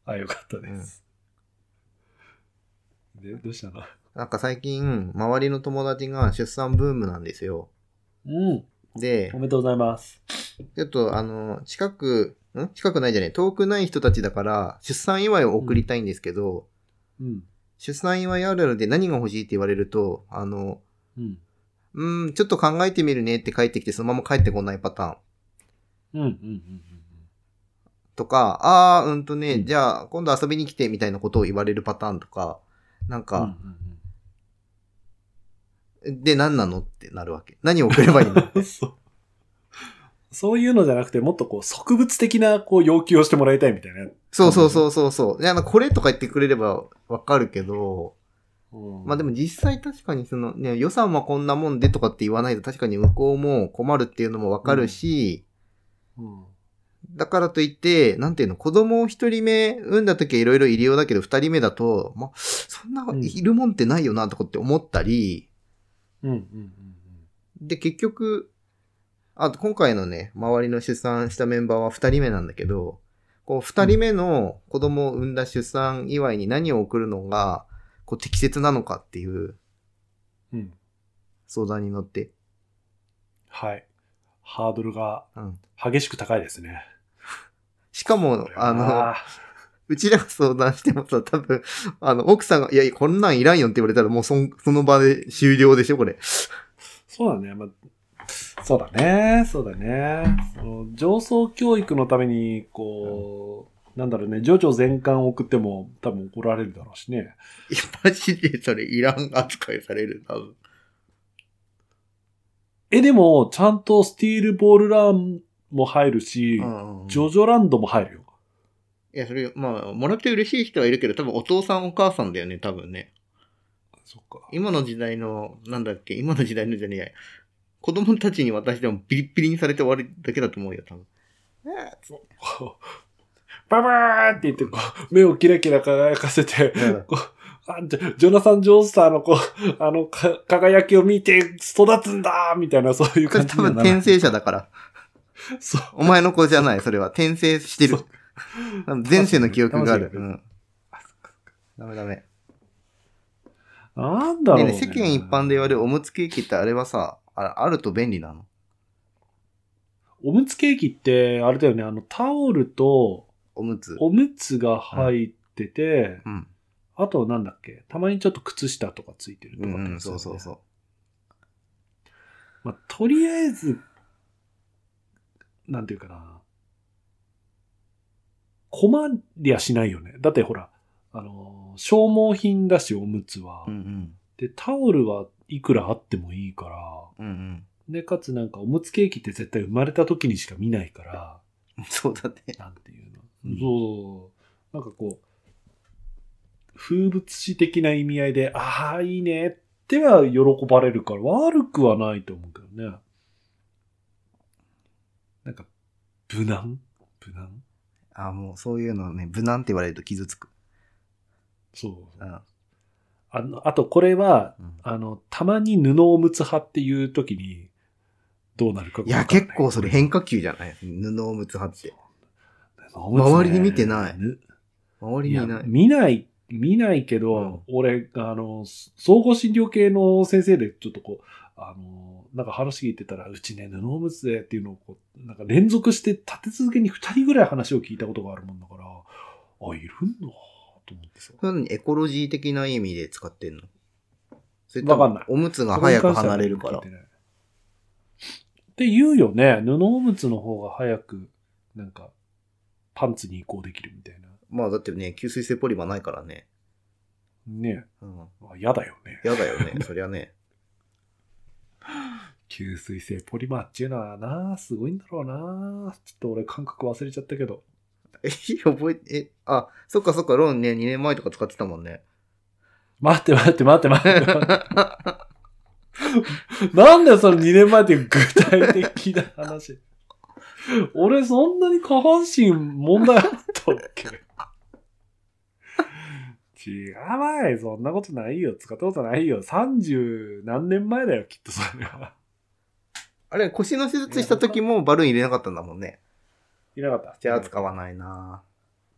あ、よかったです。で、どうしたの
なんか最近、周りの友達が出産ブームなんですよ。
うん。
で
お、めでとうございます。
ちょっとあの、近く、ん近くないじゃない、遠くない人たちだから、出産祝いを送りたいんですけど、
うん。
出産祝いあるあるで何が欲しいって言われると、あの、
うん。
うーん、ちょっと考えてみるねって帰ってきて、そのまま帰ってこないパター
う
ン。
ん。うん。うん。
とか、あー、うんとね、
うん
じゃあ、今度遊びに来てみたいなことを言われるパターンとか、
うん。
なん
うん
か、で、何なのってなるわけ。何を送ればいい
[LAUGHS]
の
うん。そう。そういうのじゃなくて、もっとこう、植物的な、こう、要求をしてもらいたいみたいな。
そうそうそうそうそう。いや、なんかこれとか言ってくれればわかるけど、まあでも、実際確かにその、ね、予算はこんなもんでとかって言わないと確かに向こうも困るっていうのもわかるし、
うん。
だからといって、なんていうの、子供を一人目産んだ時はいろいろ入りようだけど、二人目だと、まあ、そんな、
うん
いるもんってないよなとかって思ったり、
うん。うん。うん。
で、結局、あと今回のね、周りの出産したメンバーは二人目なんだけど、こう、二人目の子供を産んだ出産祝いに何を送るのが、こう、適切なのかっていう
うん。
相談に乗って、
はい。ハードルが
うん。
激しく高いですね。
しかも、あの、
ー、
うちらが相談してもさ、多分、あの、奥さんが、いやいや、こんなんいらんよって言われたら、もうそん、その場で終了でしょ、これ。
そうだね。まあ、そうだね。そうだね。その上層教育のために、こう、なんだろうね、徐々全巻送っても多分怒られるだろうしね。
いや、マジでそれいらん扱いされる、多分。
え、でも、ちゃんとスティールボールランも入るし、ジョジョランドも入るよ。
いや、それ、まあ、もらって嬉しい人はいるけど、多分お父さんお母さんだよね、多分ね。
そっか。
今の時代の、なんだっけ、今の時代のじゃねえや。子供たちに渡してもビリッビリにされて終わりだけだと思うよ、多分。
こうババーンって言って、こう、目をキラキラ輝かせて、あジョジョナサン・ジョースターのこう、あの、か輝きを見て育つんだみたいな、そういう
これ
感
多
じには
分
ならない
転生者だから。
そう。
お前の子じゃない、それは。転生してる
そ。
多分前世の記憶がある。
か
う
もしれ
ん。ダメダメ。
なんだろ
ね
う、
え
ね
ねえ世間一般で言われるおむつケーキってあれはさ、あれあると便利なの
おむつケーキって、あれだよね、あの、タオルと、
おむつ。
おむつが入ってて、
うん。
あと、なんだっけ、たまにちょっと靴下とかついてると
う
かって
ん
やつだよね、
うん、そうそうそう。
まあ、とりあえず、なんていうかな。困りゃしないよね。だってほら、あの、消耗品だし、おむつは。
うん
で、タオルはいくらあってもいいか
うん。うん
ら、で、かつなんかおむつケーキって絶対生まれた時にしか見ないから、
うん。そうだね。
なんていうの。
うん
そう、なんかこう、風物詩的な意味合いで、ああ、いいねっては喜ばれるから、悪くはないと思うけどね。なんか、無難無難
あもうそういうのね、無難って言われると傷つく。
そう。
うん。
あのあと、これは、
うん
あの、たまに布おむつ派っていう時に、どうなるかが
い
わかんな
や、結構それ変
化。
化球じゃない布をむつ派って。
周
周りに見てない周りにい
い
な
や
い。
見ない、見ないけど、俺、あの、総合診療系の先生で、ちょっとこう、あの、なんか話聞いてたら、うちね、布おむつでっていうのをこう、なんか連続して立て続けに2人ぐらい話を聞いたことがあるもんだから、あ、いるんだ、と思ってさ。
そういうのにエコロジー的な意味で使ってんのそれ
わかんない
おむつが早く離れるから
そこ。に関しては聞いてないって言うよね。布おむつの方が早く、なんか、パンツに移行できるみたいな。
まあだってね、吸水性ポリマーないからね。
ね
うん。
え。あ嫌だよね。
やだよね、そりゃね。
吸水性ポリマーっていうのはな、すごいんだろうな。ちょっと俺感覚忘れちゃったけど。
え、覚えて、え、あ、そっかそっか、ローンね、2年前とか使ってたもんね。
待って待って待って [LAUGHS] 待って待って。なんだよ、その2年前っていう具体的な話。俺そんなに下半身問題あったっけ違うわい、そんなことないよ、使ったことないよ。30何年前だよ、きっとそれは。
あれ、腰の手術した時もバルーン入れなかったんだもんね。
いなかった。
じゃあ使わないな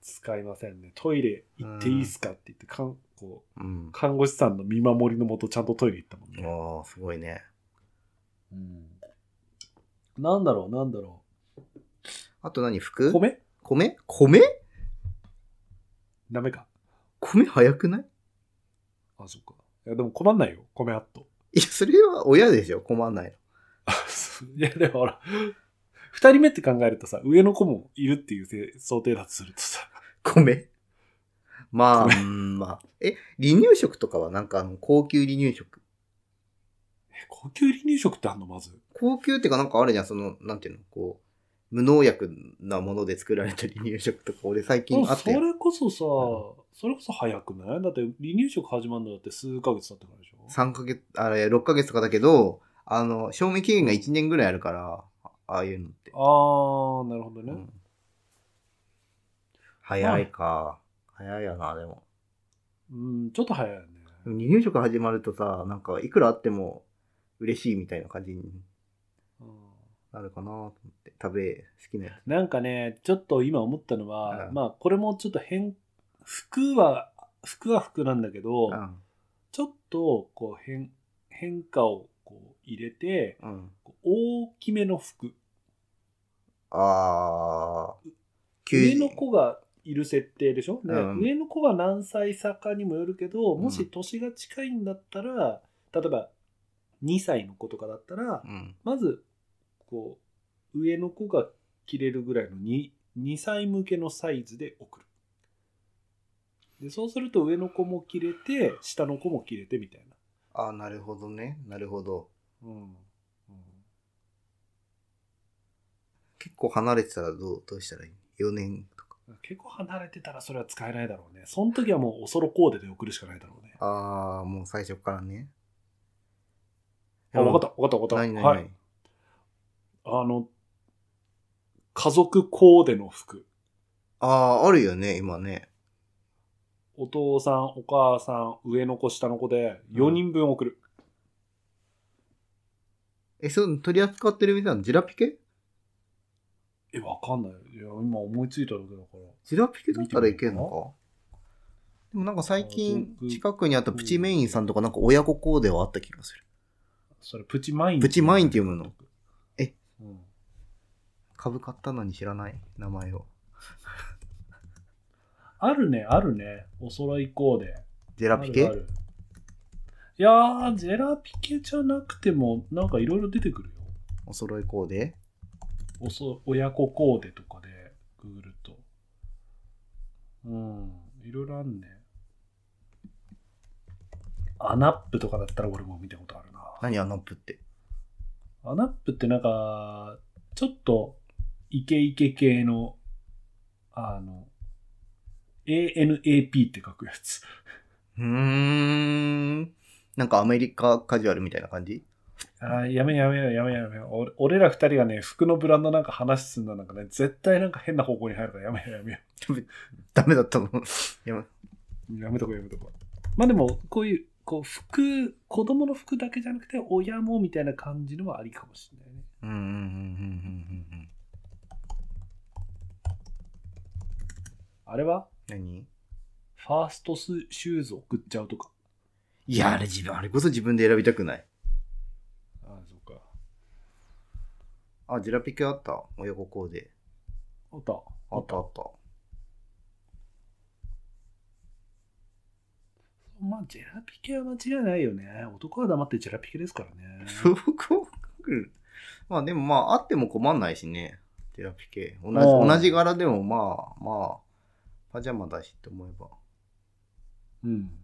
使いませんね。トイレ行っていいっすかって言って、かんこう
うん。
看護師さんの見守りのもとちゃんとトイレ行ったもんね。
おー、すごいね。
うん、なんだろう、なんだろ
あと何
う。
服
米
米米
ダメか。
米早くない
あ、そっか。いや、でも困んないよ。米アット。
いや、それは親でしょ困んない
[LAUGHS] いや、でもほら、二人目って考えるとさ、上の子もいるっていうせ想定だとするとさ、
の。米まあ、うん、まあ。え、離乳食とかはなんかあの、高級離乳食。
[LAUGHS] え高級離乳食ってあんのまず。
高級っていうかなんかあるじゃん、その、なんていうの、こう、無農薬なもので作られた離乳食とか、俺最
でも
近あっ
そ
て。
れこそさ、それこそ早くないだって離乳食始まるのだって数ヶ月経ってからでしょ
3ヶ月、あれ、6ヶ月とかだけど、あの、賞味期限が1年ぐらいあるから、あああいうのって。
あー、なるほどね。
うん早いか。早いよな、でも。
うん、ちょっと早いよね。
でも離乳食始まるとさ、なんか、いくらあっても嬉しいみたいな感じに
うん
なるかなと思って。食べ、好きなやつ。
なんかね、ちょっと今思ったのは、
うん
まあ、これもちょっと変、服は、服は服なんだけど、
うん。
ちょっとこう変変化をこう入れて
うん。
こう大きめの服
あー。
上の子がいる設定でしょ、ね
うん
上の子が何歳差かにもよるけど
うん
もし年が近いんだったら、例えば2歳の子とかだったら
うん。
まずこう上の子が着れるぐらいの 2, 2歳向けのサイズで送るでそうすると上の子も着れて下の子も着れてみたいな。
あー、なるほどね。なるほど。
うんうん
結構離れてたらどう、どうしたらいい ?4 年とか。
結構離れてたらそれは使えないだろうね。その時はもうおそろコーデで送るしかないだろうね。
あー、もう最初からね。
あ、わかった、わかった、わかった。
何何
はい。あの、家族コーデの服。
ああ、あるよね、今ね。
お父さん、お母さん、上の子、下の子で4人分送る。
え、そう、取り扱ってる店なのジラピケ
え、わかんない。いや、今思いついただけだから。
ジラピケだったらいけんのかでもなんか最近
あー
近くにあったプチメインさんとかなんか親子コーデはあった気がする。
それ、プチマイン。
プチマインって読むのえ
うん
株買ったのに知らない名前を。
あるね、あるね。お揃いコーデ。
ジェラピケ
あるあるいやー、ジェラピケじゃなくても、なんかいろいろ出てくるよ。
お揃いコーデ
おそ親子コーデとかでググるとうん。いろいろあんね。アナップとかだったら俺も見たことあるな。
何アナップって。
アナップってなんか、ちょっとイケイケ系の、あの、ANAP って書くやつ。
うーん。なんかアメリカカジュアルみたいな感じ
あーやめようやめようやめようやめよう俺俺ら二人がね、服のブランドなんか話すんだなんかね、絶対なんか変な方向に入るからやめようやめよ
ダメだったのいや
う。やめとこうやめとこう。まあでも、こういう、こう服、子供の服だけじゃなくて、親もみたいな感じのはありかもしれないね。
うんうんうんうんうんうんうん。
あれは
何
ファーストスシューズ送っちゃうとか。
いや、あれ自分、あれこそ自分で選びたくない。
ああ、そうか。
あ、ジェラピケあった親子コーデ。
あった。
あったあった。
まあ、ジェラピケは間違いないよね。男は黙ってジェラピケですからね。
そうこう [LAUGHS] まあでもまあ、あっても困んないしね。ジェラピケ。同じ、
うん
同じ柄でもまあ、まあ、パジャマだしって思えば。
うん。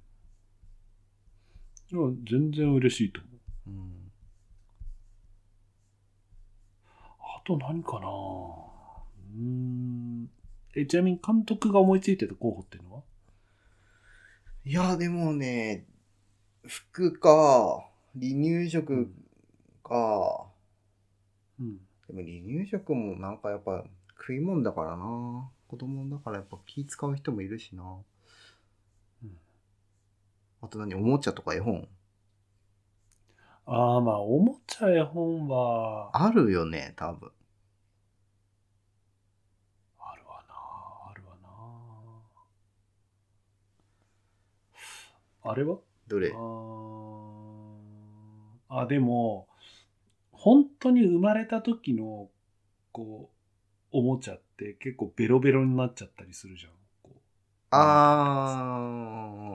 いや、全然嬉しいと思う。
うん。
あと何かなうーん。え、ちなみに監督が思いついてた候補っていうのはい
や、でもね、服か、離乳食か、
うん。
でも離乳食もなんかやっぱ食い物だからな。子供だからやっぱ気使う人もいるしな。
うん
あと何おもちゃとか絵本
ああ、まあ、おもちゃ絵本は、
あるよね、多分。
あるわなあるわなあれは
どれ
あーあでも本当に生まれた時のこうおもちゃって結構ベロベロになっちゃったりするじゃんこ
あ
う
ー。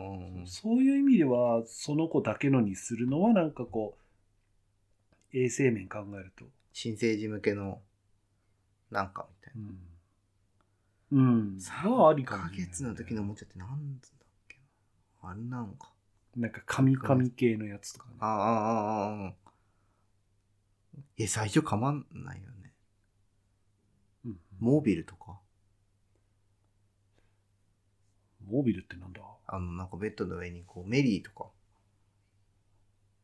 そういう意味ではその子だけのにするのはなんかこう衛生面考えると
新生児向けのなんかみたい
うん、うん、それ
な。
はありかも
3
ね
ヶ月の時のおもちゃってなんだっけなあれなのか。
なんかカミカミ系のやつとかね
あーあーあーあーえ、最初かまんないよね。
うん
モービルとか
モービルってなんだ
あの、なんかベッドの上にこう、メリーとか。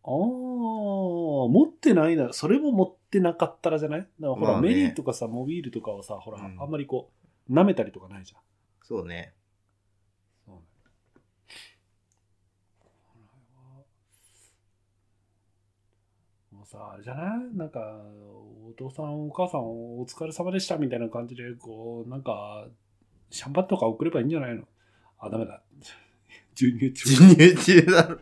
ああ、持ってないな。それも持ってなかったらじゃないだからほら、
まあね
メリーとかさ、モビールとかはさ、ほら、
うん
あんまりこう、舐めたりとかないじゃん。
そうね。
そうね。もうさ、あれじゃないなんか、お父さん、お母さん、お疲れ様でしたみたいな感じで、こう、なんか、シャンパンとか送ればいいんじゃないのあ、ダメだ。授乳中。
授乳中だろ。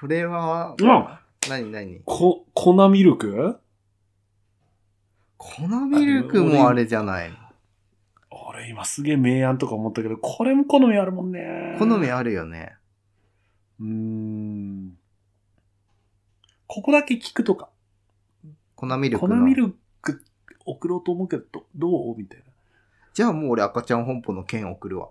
それは、
うん
何何
こ、粉ミルク
粉ミルクもあれじゃないの。
俺今すげえ明暗とか思ったけど、これも好みあるもんね。
好みあるよね。
うーん。ここだけ聞くとか。
粉ミルク
粉
の。
ミルク送ろうと思うけど、どうみたいな。
じゃあもう俺赤ちゃん本舗の券送るわ。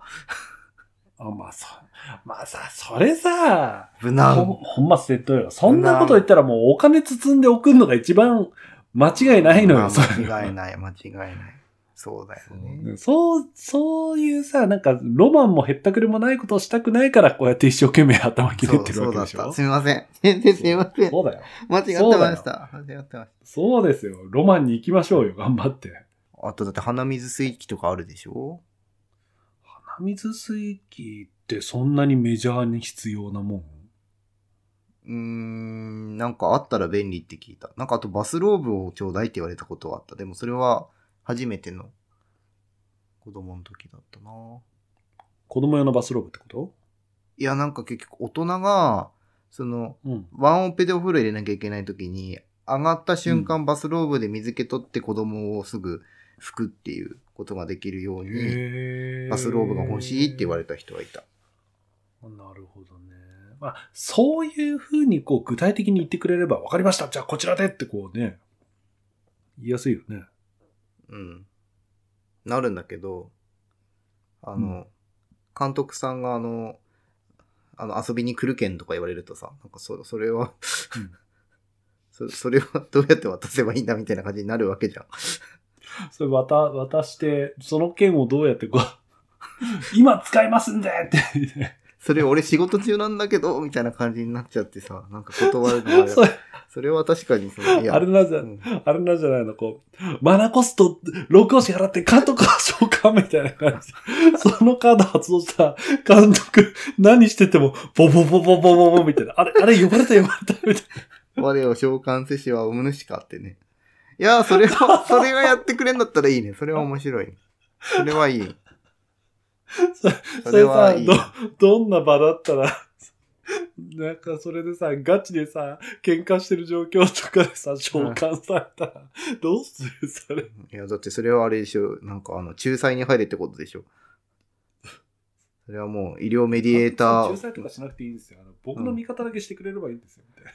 あ、まあさ、まあさ、それさ、
無
ほん
難。
ほんま捨てとよ。そんなこと言ったらもうお金包んで送るのが一番間違いないの
ま
よ。
あ
それ
間違いない、間違いない。そうだよね。
そう、そういうさ、なんか、ロマンもへったくれもないことをしたくないから、こうやって一生懸命頭切れ
そう
てる
そ
わ
う
け
だ
で
っ
しょ
た。すみません。全然すみません。
そうだよ。
間違ってました。間違ってまし
そうですよ。ロマンに行きましょうよ。頑張って。
た。あとだって鼻水水器とかあるでしょ
鼻水水器ってそんなにメジャーに必要なもん
うーん、なんかあったら便利って聞いた。なんかあとバスローブをちょうだいって言われたことがあった。でもそれは初めての子供の時だったな。
子供用のバスローブってこと
いや、なんか結局大人が、その、
うん。
ワンオペでお風呂入れなきゃいけない時に、上がった瞬間、バスローブで水気取って子供をすぐ拭くっていうことができるように、
へ
バスローブが欲しいって言われた人はいた。
た。なるほどね。まあ、そういうふうにこう具体的に言ってくれれば、わかりました。じゃあこちらでってこうね、言いやすいよね。
うん。なるんだけど、あの、監督さんがあの、あの、遊びに来るけんとか言われるとさ、なんかそ、それは
うん
[LAUGHS] そ、それはどうやって渡せばいいんだみたいな感じになるわけじゃん。
それ渡、渡して、その剣をどうやってこう、 [LAUGHS] 今使いますんでって言って。
それ俺仕事中なんだけど、みたいな感じになっちゃってさ、なんか断るのは、
[LAUGHS] それ
それは確かにその、い
あれなんじゃ
う、ん
あれなんじゃないのこう、マナコスト、録音し払って監督を召喚みたいな感じ。そのカード発動したら監督、何してても、ボボボボボボボみたいな。あれ、あれ、呼ばれた呼ばれたみたい
我を召喚せしはおむ主かってね。いやー、それ
[LAUGHS]
は、それがやってくれんだったらいいね。それは面白い。それはいい。
そ
それはいい
それ。さな。どんな場だったら、なんかそれでさ、ガチでさ、喧嘩してる状況とかでさ、召喚されたら、どうするそれ。
いや、だってそれはあれでしょ。なんかあの、仲裁に入れってことでしょ。それはもう、医療メディエータ
仲裁とか
ー。
しなくていいんですよ。あの僕の味方だけしてくれればいいんですよ。みたいな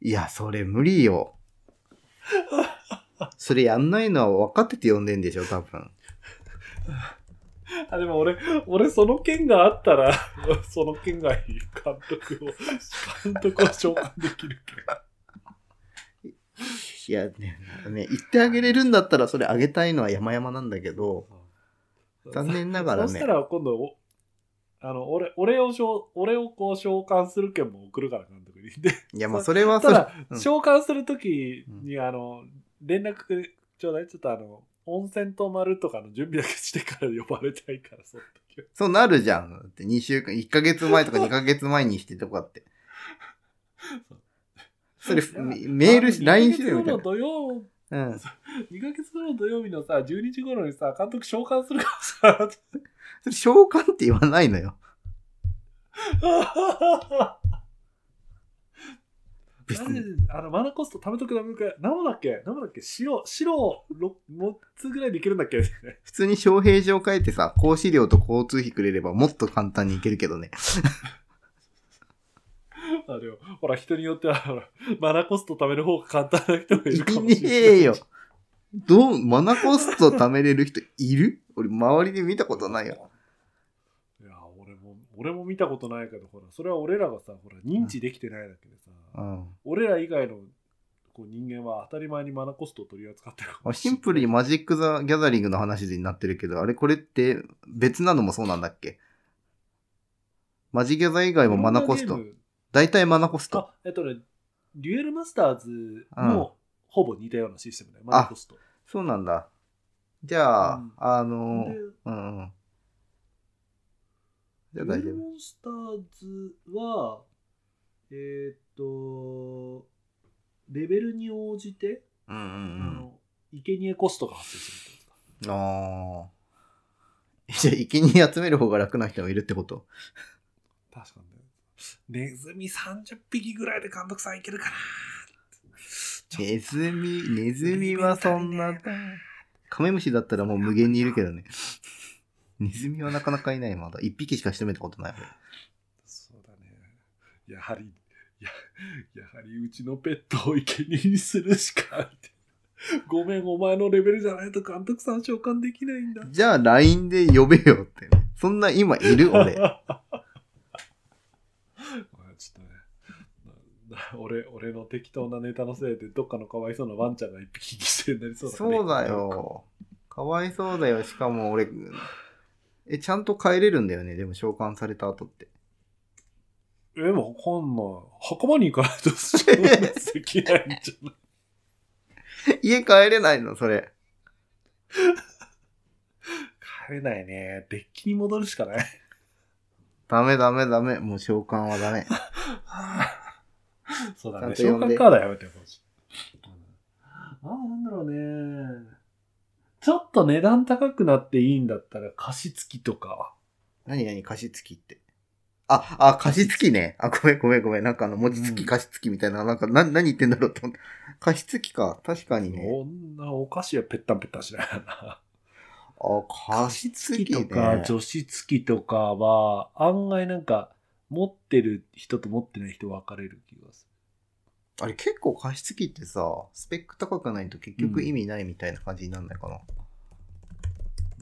い
や、それ無理よ。それやんないのは分かってて呼んでんでしょ、多分。
あ、でも俺、俺その件があったら、 [LAUGHS] その件がいい監督を、監督を召喚できるけど。
いや、ね、ね、言ってあげれるんだったら、それあげたいのは山々なんだけど、残念ながら
そ
ね
した。ら今度お、あの、俺、俺を召、俺をこう召喚する件も送るから、監督に。で、
いや、まあ、それはそ
た
れ、
だ、
うん
召喚するときに、あの、連絡くれちょうだい。ちょっとあの、温泉泊まるとかの準備だけしてから呼ばれたいから、その時は。
そうなるじゃん。だって2週間、1ヶ月前とか2ヶ月前にしてとかって。それ、メメールし、LINE し
して
よみたい
土曜
な。うん。
2ヶ月後の土曜日のさ、12時頃にさ、監督召喚するからさ、
それ、召喚って言わないのよ。別
なんで
に。
あの、マナコスト貯めとくだめとく。何もだっけ何もだっけ白、白ろ6つぐらいでいけるんだっけ
普通に招聘状書いてさ、講師料と交通費くれればもっと簡単にいける
[LAUGHS]
けどね。
あれよ。ほら、人によっては、ほら、マナコスト貯める方が簡単な人もい
い
るかも
ね
しれない。
えよ。どう、マナコスト貯めれる人いる俺、周りで見たことないよ。。
いや、俺も、俺も見たことないけど、ほら、それは俺らがさ、ほら、認知できてないだけでさ、
うん。
俺ら以外のこう人間は当たり前にマナコストを取り扱ってるかもし
シ
れな
ン
い
プルにマジック・ザ・ギャザリングの話になってるけど、あれこれって別なのもそうなんだっけマジギャザ以外もマナコス
いろんな。
ト
ゲーム
大体マナコスト。
あ、えっとね、デュエルマスターズもほぼ似たようなシステムだよ、マナコスト。
そうなんだ。じゃあ、
うん
あ
で、
の、うんうん。
デ
じ
ュエ
ゃあ大丈
ル
夫。
モンスターズは、えーっと、レベルに応じて、
うん
あ
うん
の生贄コストが発生するってこと
うん。ああ。 [LAUGHS] じゃあ、生贄集める方が楽な人もいるってこと
か。確かにね。ネズミ30匹ぐらいで監督さんいけるかなちょ
ネズミ、ネズミはそんな。カメムシだったらもう無限にいる
[LAUGHS]
けどね。ネズミはなかなかいない、まだ。一匹しか仕留めたことない。
そうだね。やはり、ややはりうちのペットを生贄にするしか。ごめん、お前のレベルじゃないと監督さん召喚できないんだ。
じゃあ、LINE で呼べよって、ね。そんな今い
[LAUGHS]
る
ごめんち
俺。
ょっとねなな俺、俺の適当なネタのせいで、どっかのかわいそうなワンちゃんが一匹犠牲になりそうだね
そうだ。よ。かわいそうだよ。しかも俺、え、ちゃんと帰れるんだよね。でも召喚された後って。 [LAUGHS]
え、でもわかんない。袴に行かないとそんなできないんじゃない
家帰れないのそれ。
帰れないね。デッキに戻るしかない。
[LAUGHS] ダメダメダメ。もう召喚はダメ。 [LAUGHS]
そうだね。
ちゃ
召
んと呼んで
喚カードやめてほしい。うんあー、なんだろうね。ちょっと値段高くなっていいんだったら、加湿器とか。
何何加湿器って。あ、あ、加湿器ね。あ、ごめんごめんごめん。なんかあの、餅つ
う
き
ん
加湿器みたいな、なんか、な、何言ってんだろうと思って。加湿器か。確かにね。
そんなお菓子はぺったんぺったんし
[LAUGHS]
ないよな。
あ、加
加
湿
湿
器
器
ね。
とか除湿器とかは、案外なんか、持ってる人と持ってない人分かれる気がす
あれ結構加湿器ってさ、スペック高くないと結局意味ないみたいな感じになんないかな。
る。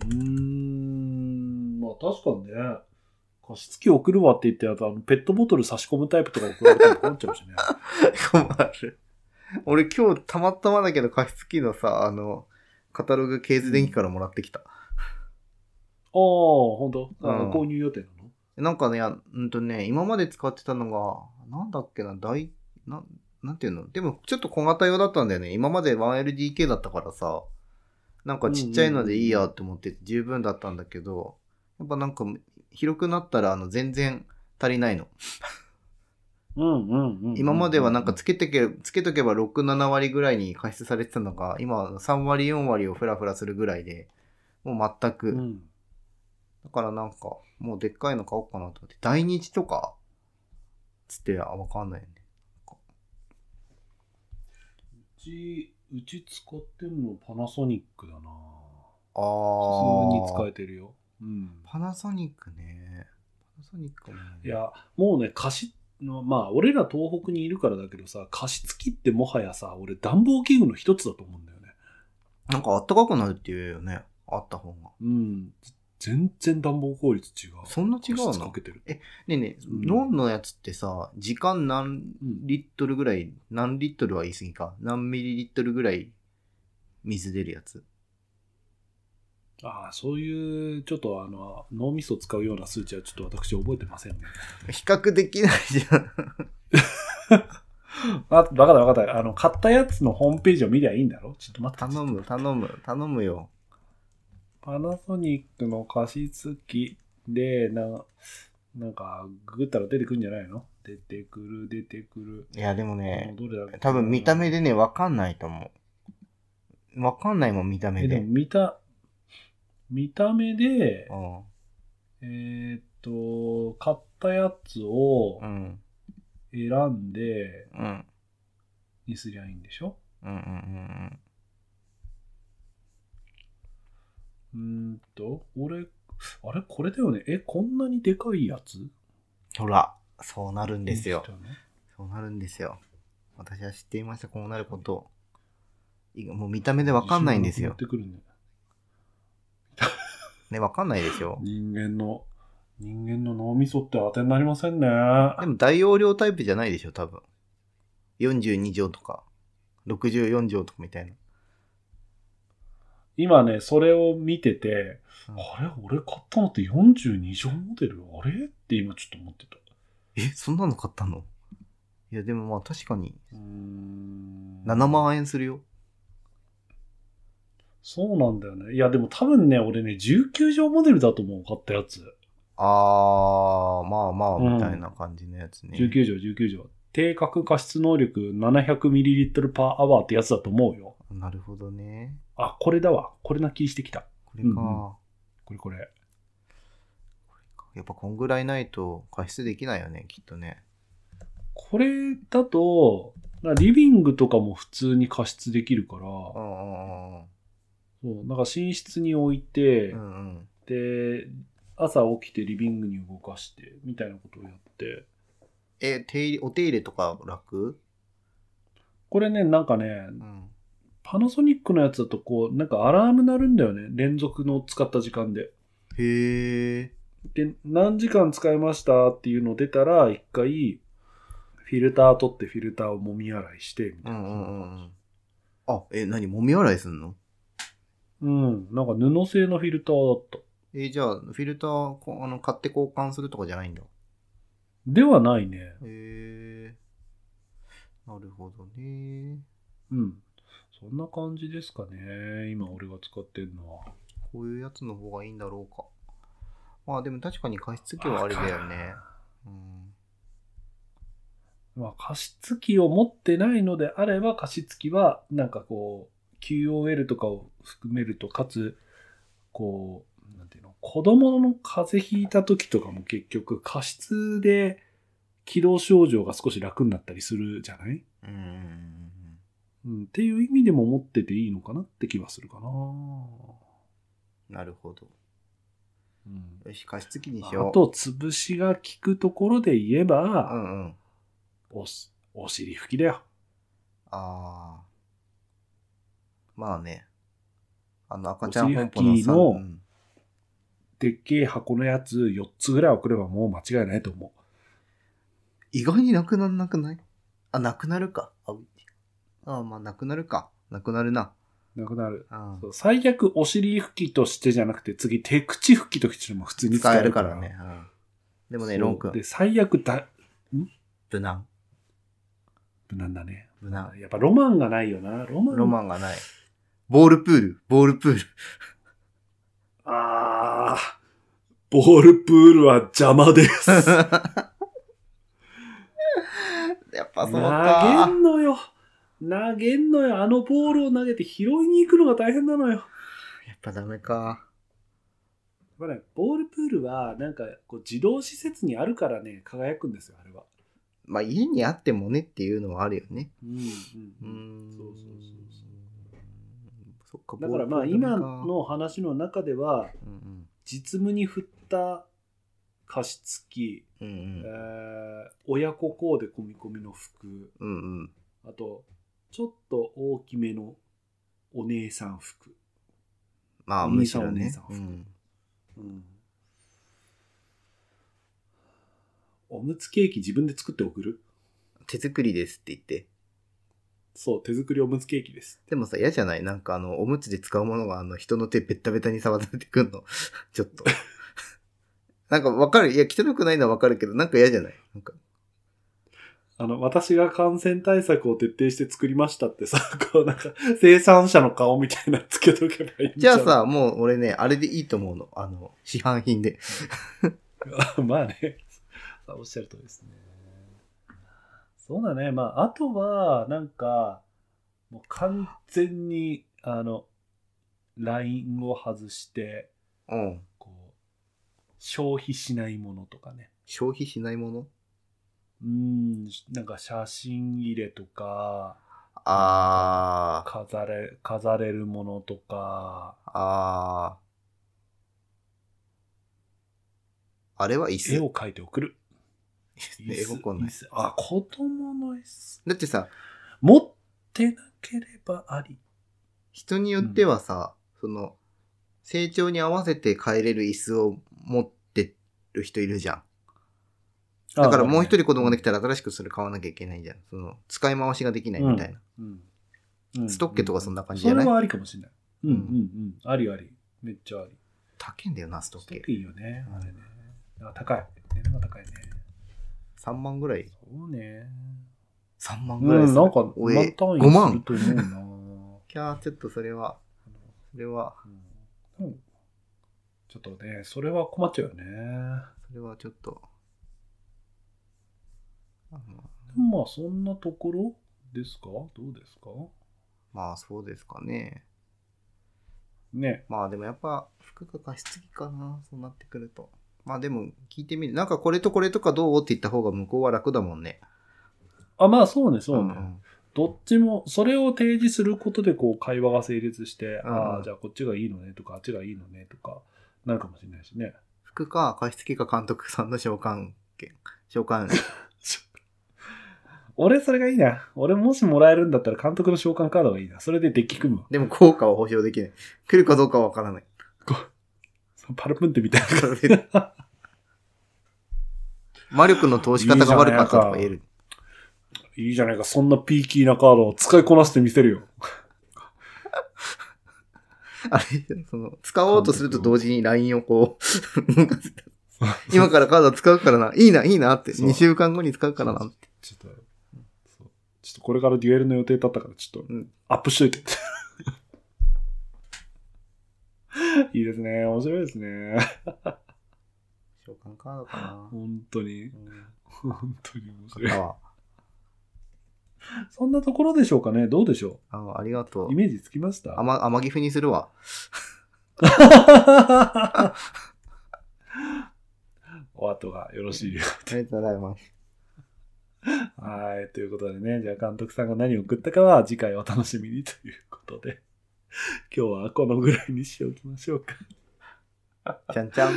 うーん、まあ確かにね。加湿器送るわって言って、あとあのペットボトル差し込むタイプとか送られたら困っちゃうしね。
[LAUGHS]
[LAUGHS]
困る。俺今日たまたまだけど加湿器のさ、あの、カタログケーズ電気からもらってきた。
ああ、本当。あ
うん
購入予定なの
なんかね、やうんとね、今まで使ってたのが、なんだっけな、大、なん、なんていうのでもちょっと小型用だったんだよね。今まで 1LDK だったからさ、なんかちっちゃいのでいいやって思って十分だったんだけど、やっぱなんか広くなったらあの全然足りないの。
うんうんうんうん。
今まではなんかつけてけ、つけとけば6、7割ぐらいに加湿されてたのが、今は3割、4割をフラフラするぐらいで、もう全
う
く。
ん。
だからなんか、もうでっかいの買おうかなと思って、大日とか、つって、あ、わかんないよね。
うち、うち使ってんのパナソニックだな
あ
普通に
ー。
使えてるよ。うん。
パナソニックね。パナソニックも、ね。
い、や、もうね、貸し、まあ、俺ら東北にいるからだけどさ、加湿器ってもはやさ、俺暖房器具の一つだと思うんだよね。
なんかあったかくなるって言うよね。あった方が。
うん。全然暖房効率違う。
そんな違う
加湿か
の
けてる。
ねえねえ、
うん
ロンのやつってさ、時間何
うん
リットルぐらい、何リットルは言い過ぎか。何ミリリットルぐらい水出るやつ。
ああ、そういう、ちょっとあの、脳みそを使うような数値はちょっと私覚えてませんね。
比較できないじゃん。
[LAUGHS] あ、わかったわかった。あの、買ったやつのホームページを見りゃいいんだろちょっと待って。
頼む、頼む、頼むよ。
パナソニックの加湿器で、な、なんか、ググったら出てくるんじゃないの出てくる、出てくる。
いや、でもね、
もうどれだっけ
多分見た目でね、わかんないと思う。わかんないもん、見た目
えで
で。
も見た、見た目で
う、ん。
えーっと、買ったやつを
うん。
選んで
うん。うん。
にすりゃいいんでしょ
うん。うん。
うーんと、俺、あれこれだよね。え、こんなにでかいやつ
ほら、そうなるんですよ
見。たね
そうなるんですよ。私は知っていました、こうなることを。いもう見た目でわかんないんですよ
自。信がなくなってくるね
ね、わかんないでしょ。
人間の、人間の脳みそって当てになりませんね。
でも大容量タイプじゃないでしょ、多分。42畳とか、64畳とかみたいな。
今ね、それを見てて、
うん
あれ俺買ったのって42畳モデルあれって今ちょっと思ってた。
え、そんなの買ったのいや、でもまあ確かに、
うーん
7万円するよ。
そうなんだよね。いや、でも多分ね、俺ね、19畳モデルだと思う、買ったやつ。
あー、まあまあ、
うん
みたいな感じのやつね。
19畳、19畳。定格加湿能力 700ml パーアワーってやつだと思うよ。
なるほどね。
あ、これだわ。これな気してきた。
これか。
うんうんこれこれ。
やっぱこんぐらいないと加湿できないよね、きっとね。
これだと、なリビングとかも普通に加湿できるから、
うんうんうん
そうなんか寝室に置いて、
うん。うんうん。
で、朝起きてリビングに動かして、みたいなことをやって。
え、手入れ、お手入れとか楽
これね、なんかね、
うん。
パナソニックのやつだとこう、なんかアラーム鳴るんだよね。連続の使った時間で。
へえ。
で、何時間使いましたっていうの出たら、一回、フィルター取ってフィルターを揉み洗いして、みた
う
い
ん
な。
うんうんうん。あ、え、何揉み洗いすんの
うん、なんか布製のフィルターだった。
えじゃあ、フィルターこあの買って交換するとかじゃないんだ。
ではないね。
へえ。なるほどね。
うん。そんな感じですかね。今俺が使ってんのは。
こういうやつの方がいいんだろうか。まあでも確かに加湿器はあれだよね。うん。
まあ、加湿器を持ってないのであれば、加湿器は、なんかこう、QOL とかを含めると、かつ、こう、なんていうの、子供の風邪ひいた時とかも結局、加湿で起動症状が少し楽になったりするじゃない、
うんうんうんうん。
うん、っていう意味でも持ってていいのかなって気はするかな。
なるほど。
うん、
よし、加湿器に
あ
しよう。
と、潰しが効くところで言え
う
ば、
んうん。
おしお尻拭きだよ。
ああ。まあね。あの、赤ちゃん本舗の
お尻
さ、
拭きの
うん
でっけえ箱のやつ4つぐらい送ればもう間違いないと思う。
意外になくなんなくないあ、なくなるか。あ、あまあ、なくなるか。なくなるな。
なくなる。
うん
そう最悪お尻拭きとしてじゃなくて次手口拭きとしても普通に
使えるからね。。うんでもね、ロン
そうで、
君、
最悪だ、
無難。
無難だね。
無難。
やっぱロマンがないよな。ロマン。
ロマンがない。ボールプール、ボールプール。
ああ。ボールプールは邪魔
[LAUGHS]
です。投
やっぱそう
げ
か。
んのよ。投げんのよ。あのボールを投げて拾いに行くのが大変なのよ。
やっぱダメか。
やっぱねボールプールはなんかこう児童施設にあるからね、輝くんですよ、あれは。
まあ家にあってもねっていうのはあるよね。
うん
うー
うん
ん。
そうそうそう
そっか、
だからまあ
ボールプー
今
ルダメか、
の話の中では
うん
実務に振った加湿器、
うん。うん
え
うん。
ー親子コーデ込み込みの服
うんうん。
あとちょっと大きめのお姉さん服、
まあ
お
む
兄
し
さん
ろ
お
ね。う
姉さん
ん
うんおむつケーキ自分で作って送る
手作りですって言って。
そう手作りおむつケーキです
でもさ、嫌じゃないなんかあの、おむつで使うものがあの、人の手ベッタベタに触られてくんの。 [LAUGHS]
[LAUGHS]
ちょっと。なんかわかる。いや、汚くないのはわかるけど、なんか嫌じゃないなんか、
あの私が感染対策を徹底して作りましたってさ [LAUGHS] こうなんか生産者の顔みたいなのつけとけばいいん
じゃあ
ない
さ、もう俺ね、あれでいいと思うの。あの、市販品で。
あ [LAUGHS] まあね、あおっしゃるとりですね。そうだね、まあ、あとは、なんか、もう完全に、あの、ラインを外して、
うん。
こう、消費しないものとかね。
消費しないもの
うん、なんか写真入れとか、
あ
飾れ、飾れるものとか、
ー、あー。あれは椅
絵
[LAUGHS] 子。
を描いて送る。
ね絵心ない
椅子あ、子供の椅子。
だってさ、
持ってなければあり。
人によってはさ、その、成長に合わせて変えれる椅子を持ってる人いるじゃん。だからもう一人子供ができたら新しくそれ買わなきゃいけないじゃん。その、使い回しができないみたいな。
うん
ストッケとかそんな感じじゃない
それはありかもしれない。うんうんんうん。ありあり。めっちゃあり。
高いんだよな、スト
ス
ッ
ト
ケ
ッ。ケいいよね。あれね。あ高い。値段が高いね。
3万ぐらい
そうね。
?3 万
う
ぐらいす
ん、
る。
なんか、
お
ま
え
た
5万
と思うな。
いやー、ちょっとそれは、それは、
うんうんちょっとね、それは困っちゃうよね。
それはちょっと。あの
まあ、そんなところですかどうですか
まあ、そうですかね。
ね。
まあ、でもやっぱ、服が貸し付きかな、そうなってくると。まあ、でも、聞いてみる。なんか、これとこれとかどうって言った方が向こうは楽だもんね。
あ、まあ、そうね、そうね。
ん
どっちも、それを提示することで、こう、会話が成立して、
うん
ああ、じゃあこっちがいいのねとか、あっちがいいのねとか、なるかもしれないしね。
服か、貸し付きか監督さんの召喚権。召喚。
俺、それがいいな。俺、もしもらえるんだったら、監督の召喚カードがいいな。それでデッキ組むわ。
でも、効果は保証できない。来るかどうかはわからない。
パルプンテみたいな。
[LAUGHS] 魔力の通し方が悪かったとか言える。
いいじゃないか、そんなピーキーなカードを使いこなしてみせるよ。
あれ、その、使おうとすると同時に LINE をこう、 [LAUGHS] 動かせた今からカード使うからな、いいな、いいなって、
そう
2週間後に使うから
そ
な
う。ちょっと、そうちょっとこれからデュエルの予定だったから、ちょっと
うん、
アップしといて。 [LAUGHS] いいですね。面白いですね。
召喚カードかな。
本当に。本当に面白い。
あ
そんなところでしょうかね。どうでしょ
あ、ありがとう
うイ。メージつきました
あま、甘ギフにするわ。
[LAUGHS] お後がよろしいよ。
ありがとうございます。
はい。ということでね、じゃあ監督さんが何を送ったかは次回お楽しみにということで、今日はこのぐらいにしておきましょうか。
ちゃんちゃん。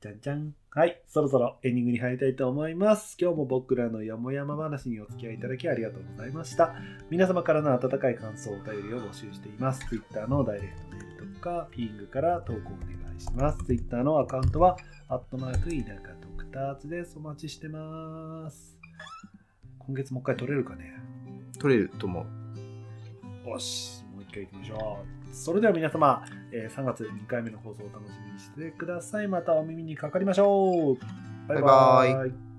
じゃんじゃん。はい。そろそろエンディングに入りたいと思います。今日も僕らのやもやま話にお付き合いいただきありがとうございました。皆様からの温かい感想、お便りを募集しています。Twitter のダイレクトメールとか、ピングから投稿お願いします。Twitter のアカウントは、アットマーク、いだかドクターズです。お待ちしてます。今月もう一回取れるかね。
取れると思う。
よし、もう一回行きましょう。それでは皆様、えー3月2回目の放送をお楽しみにしてください。またお耳にかかりましょう。バイバ
バイ
バ
バ
イ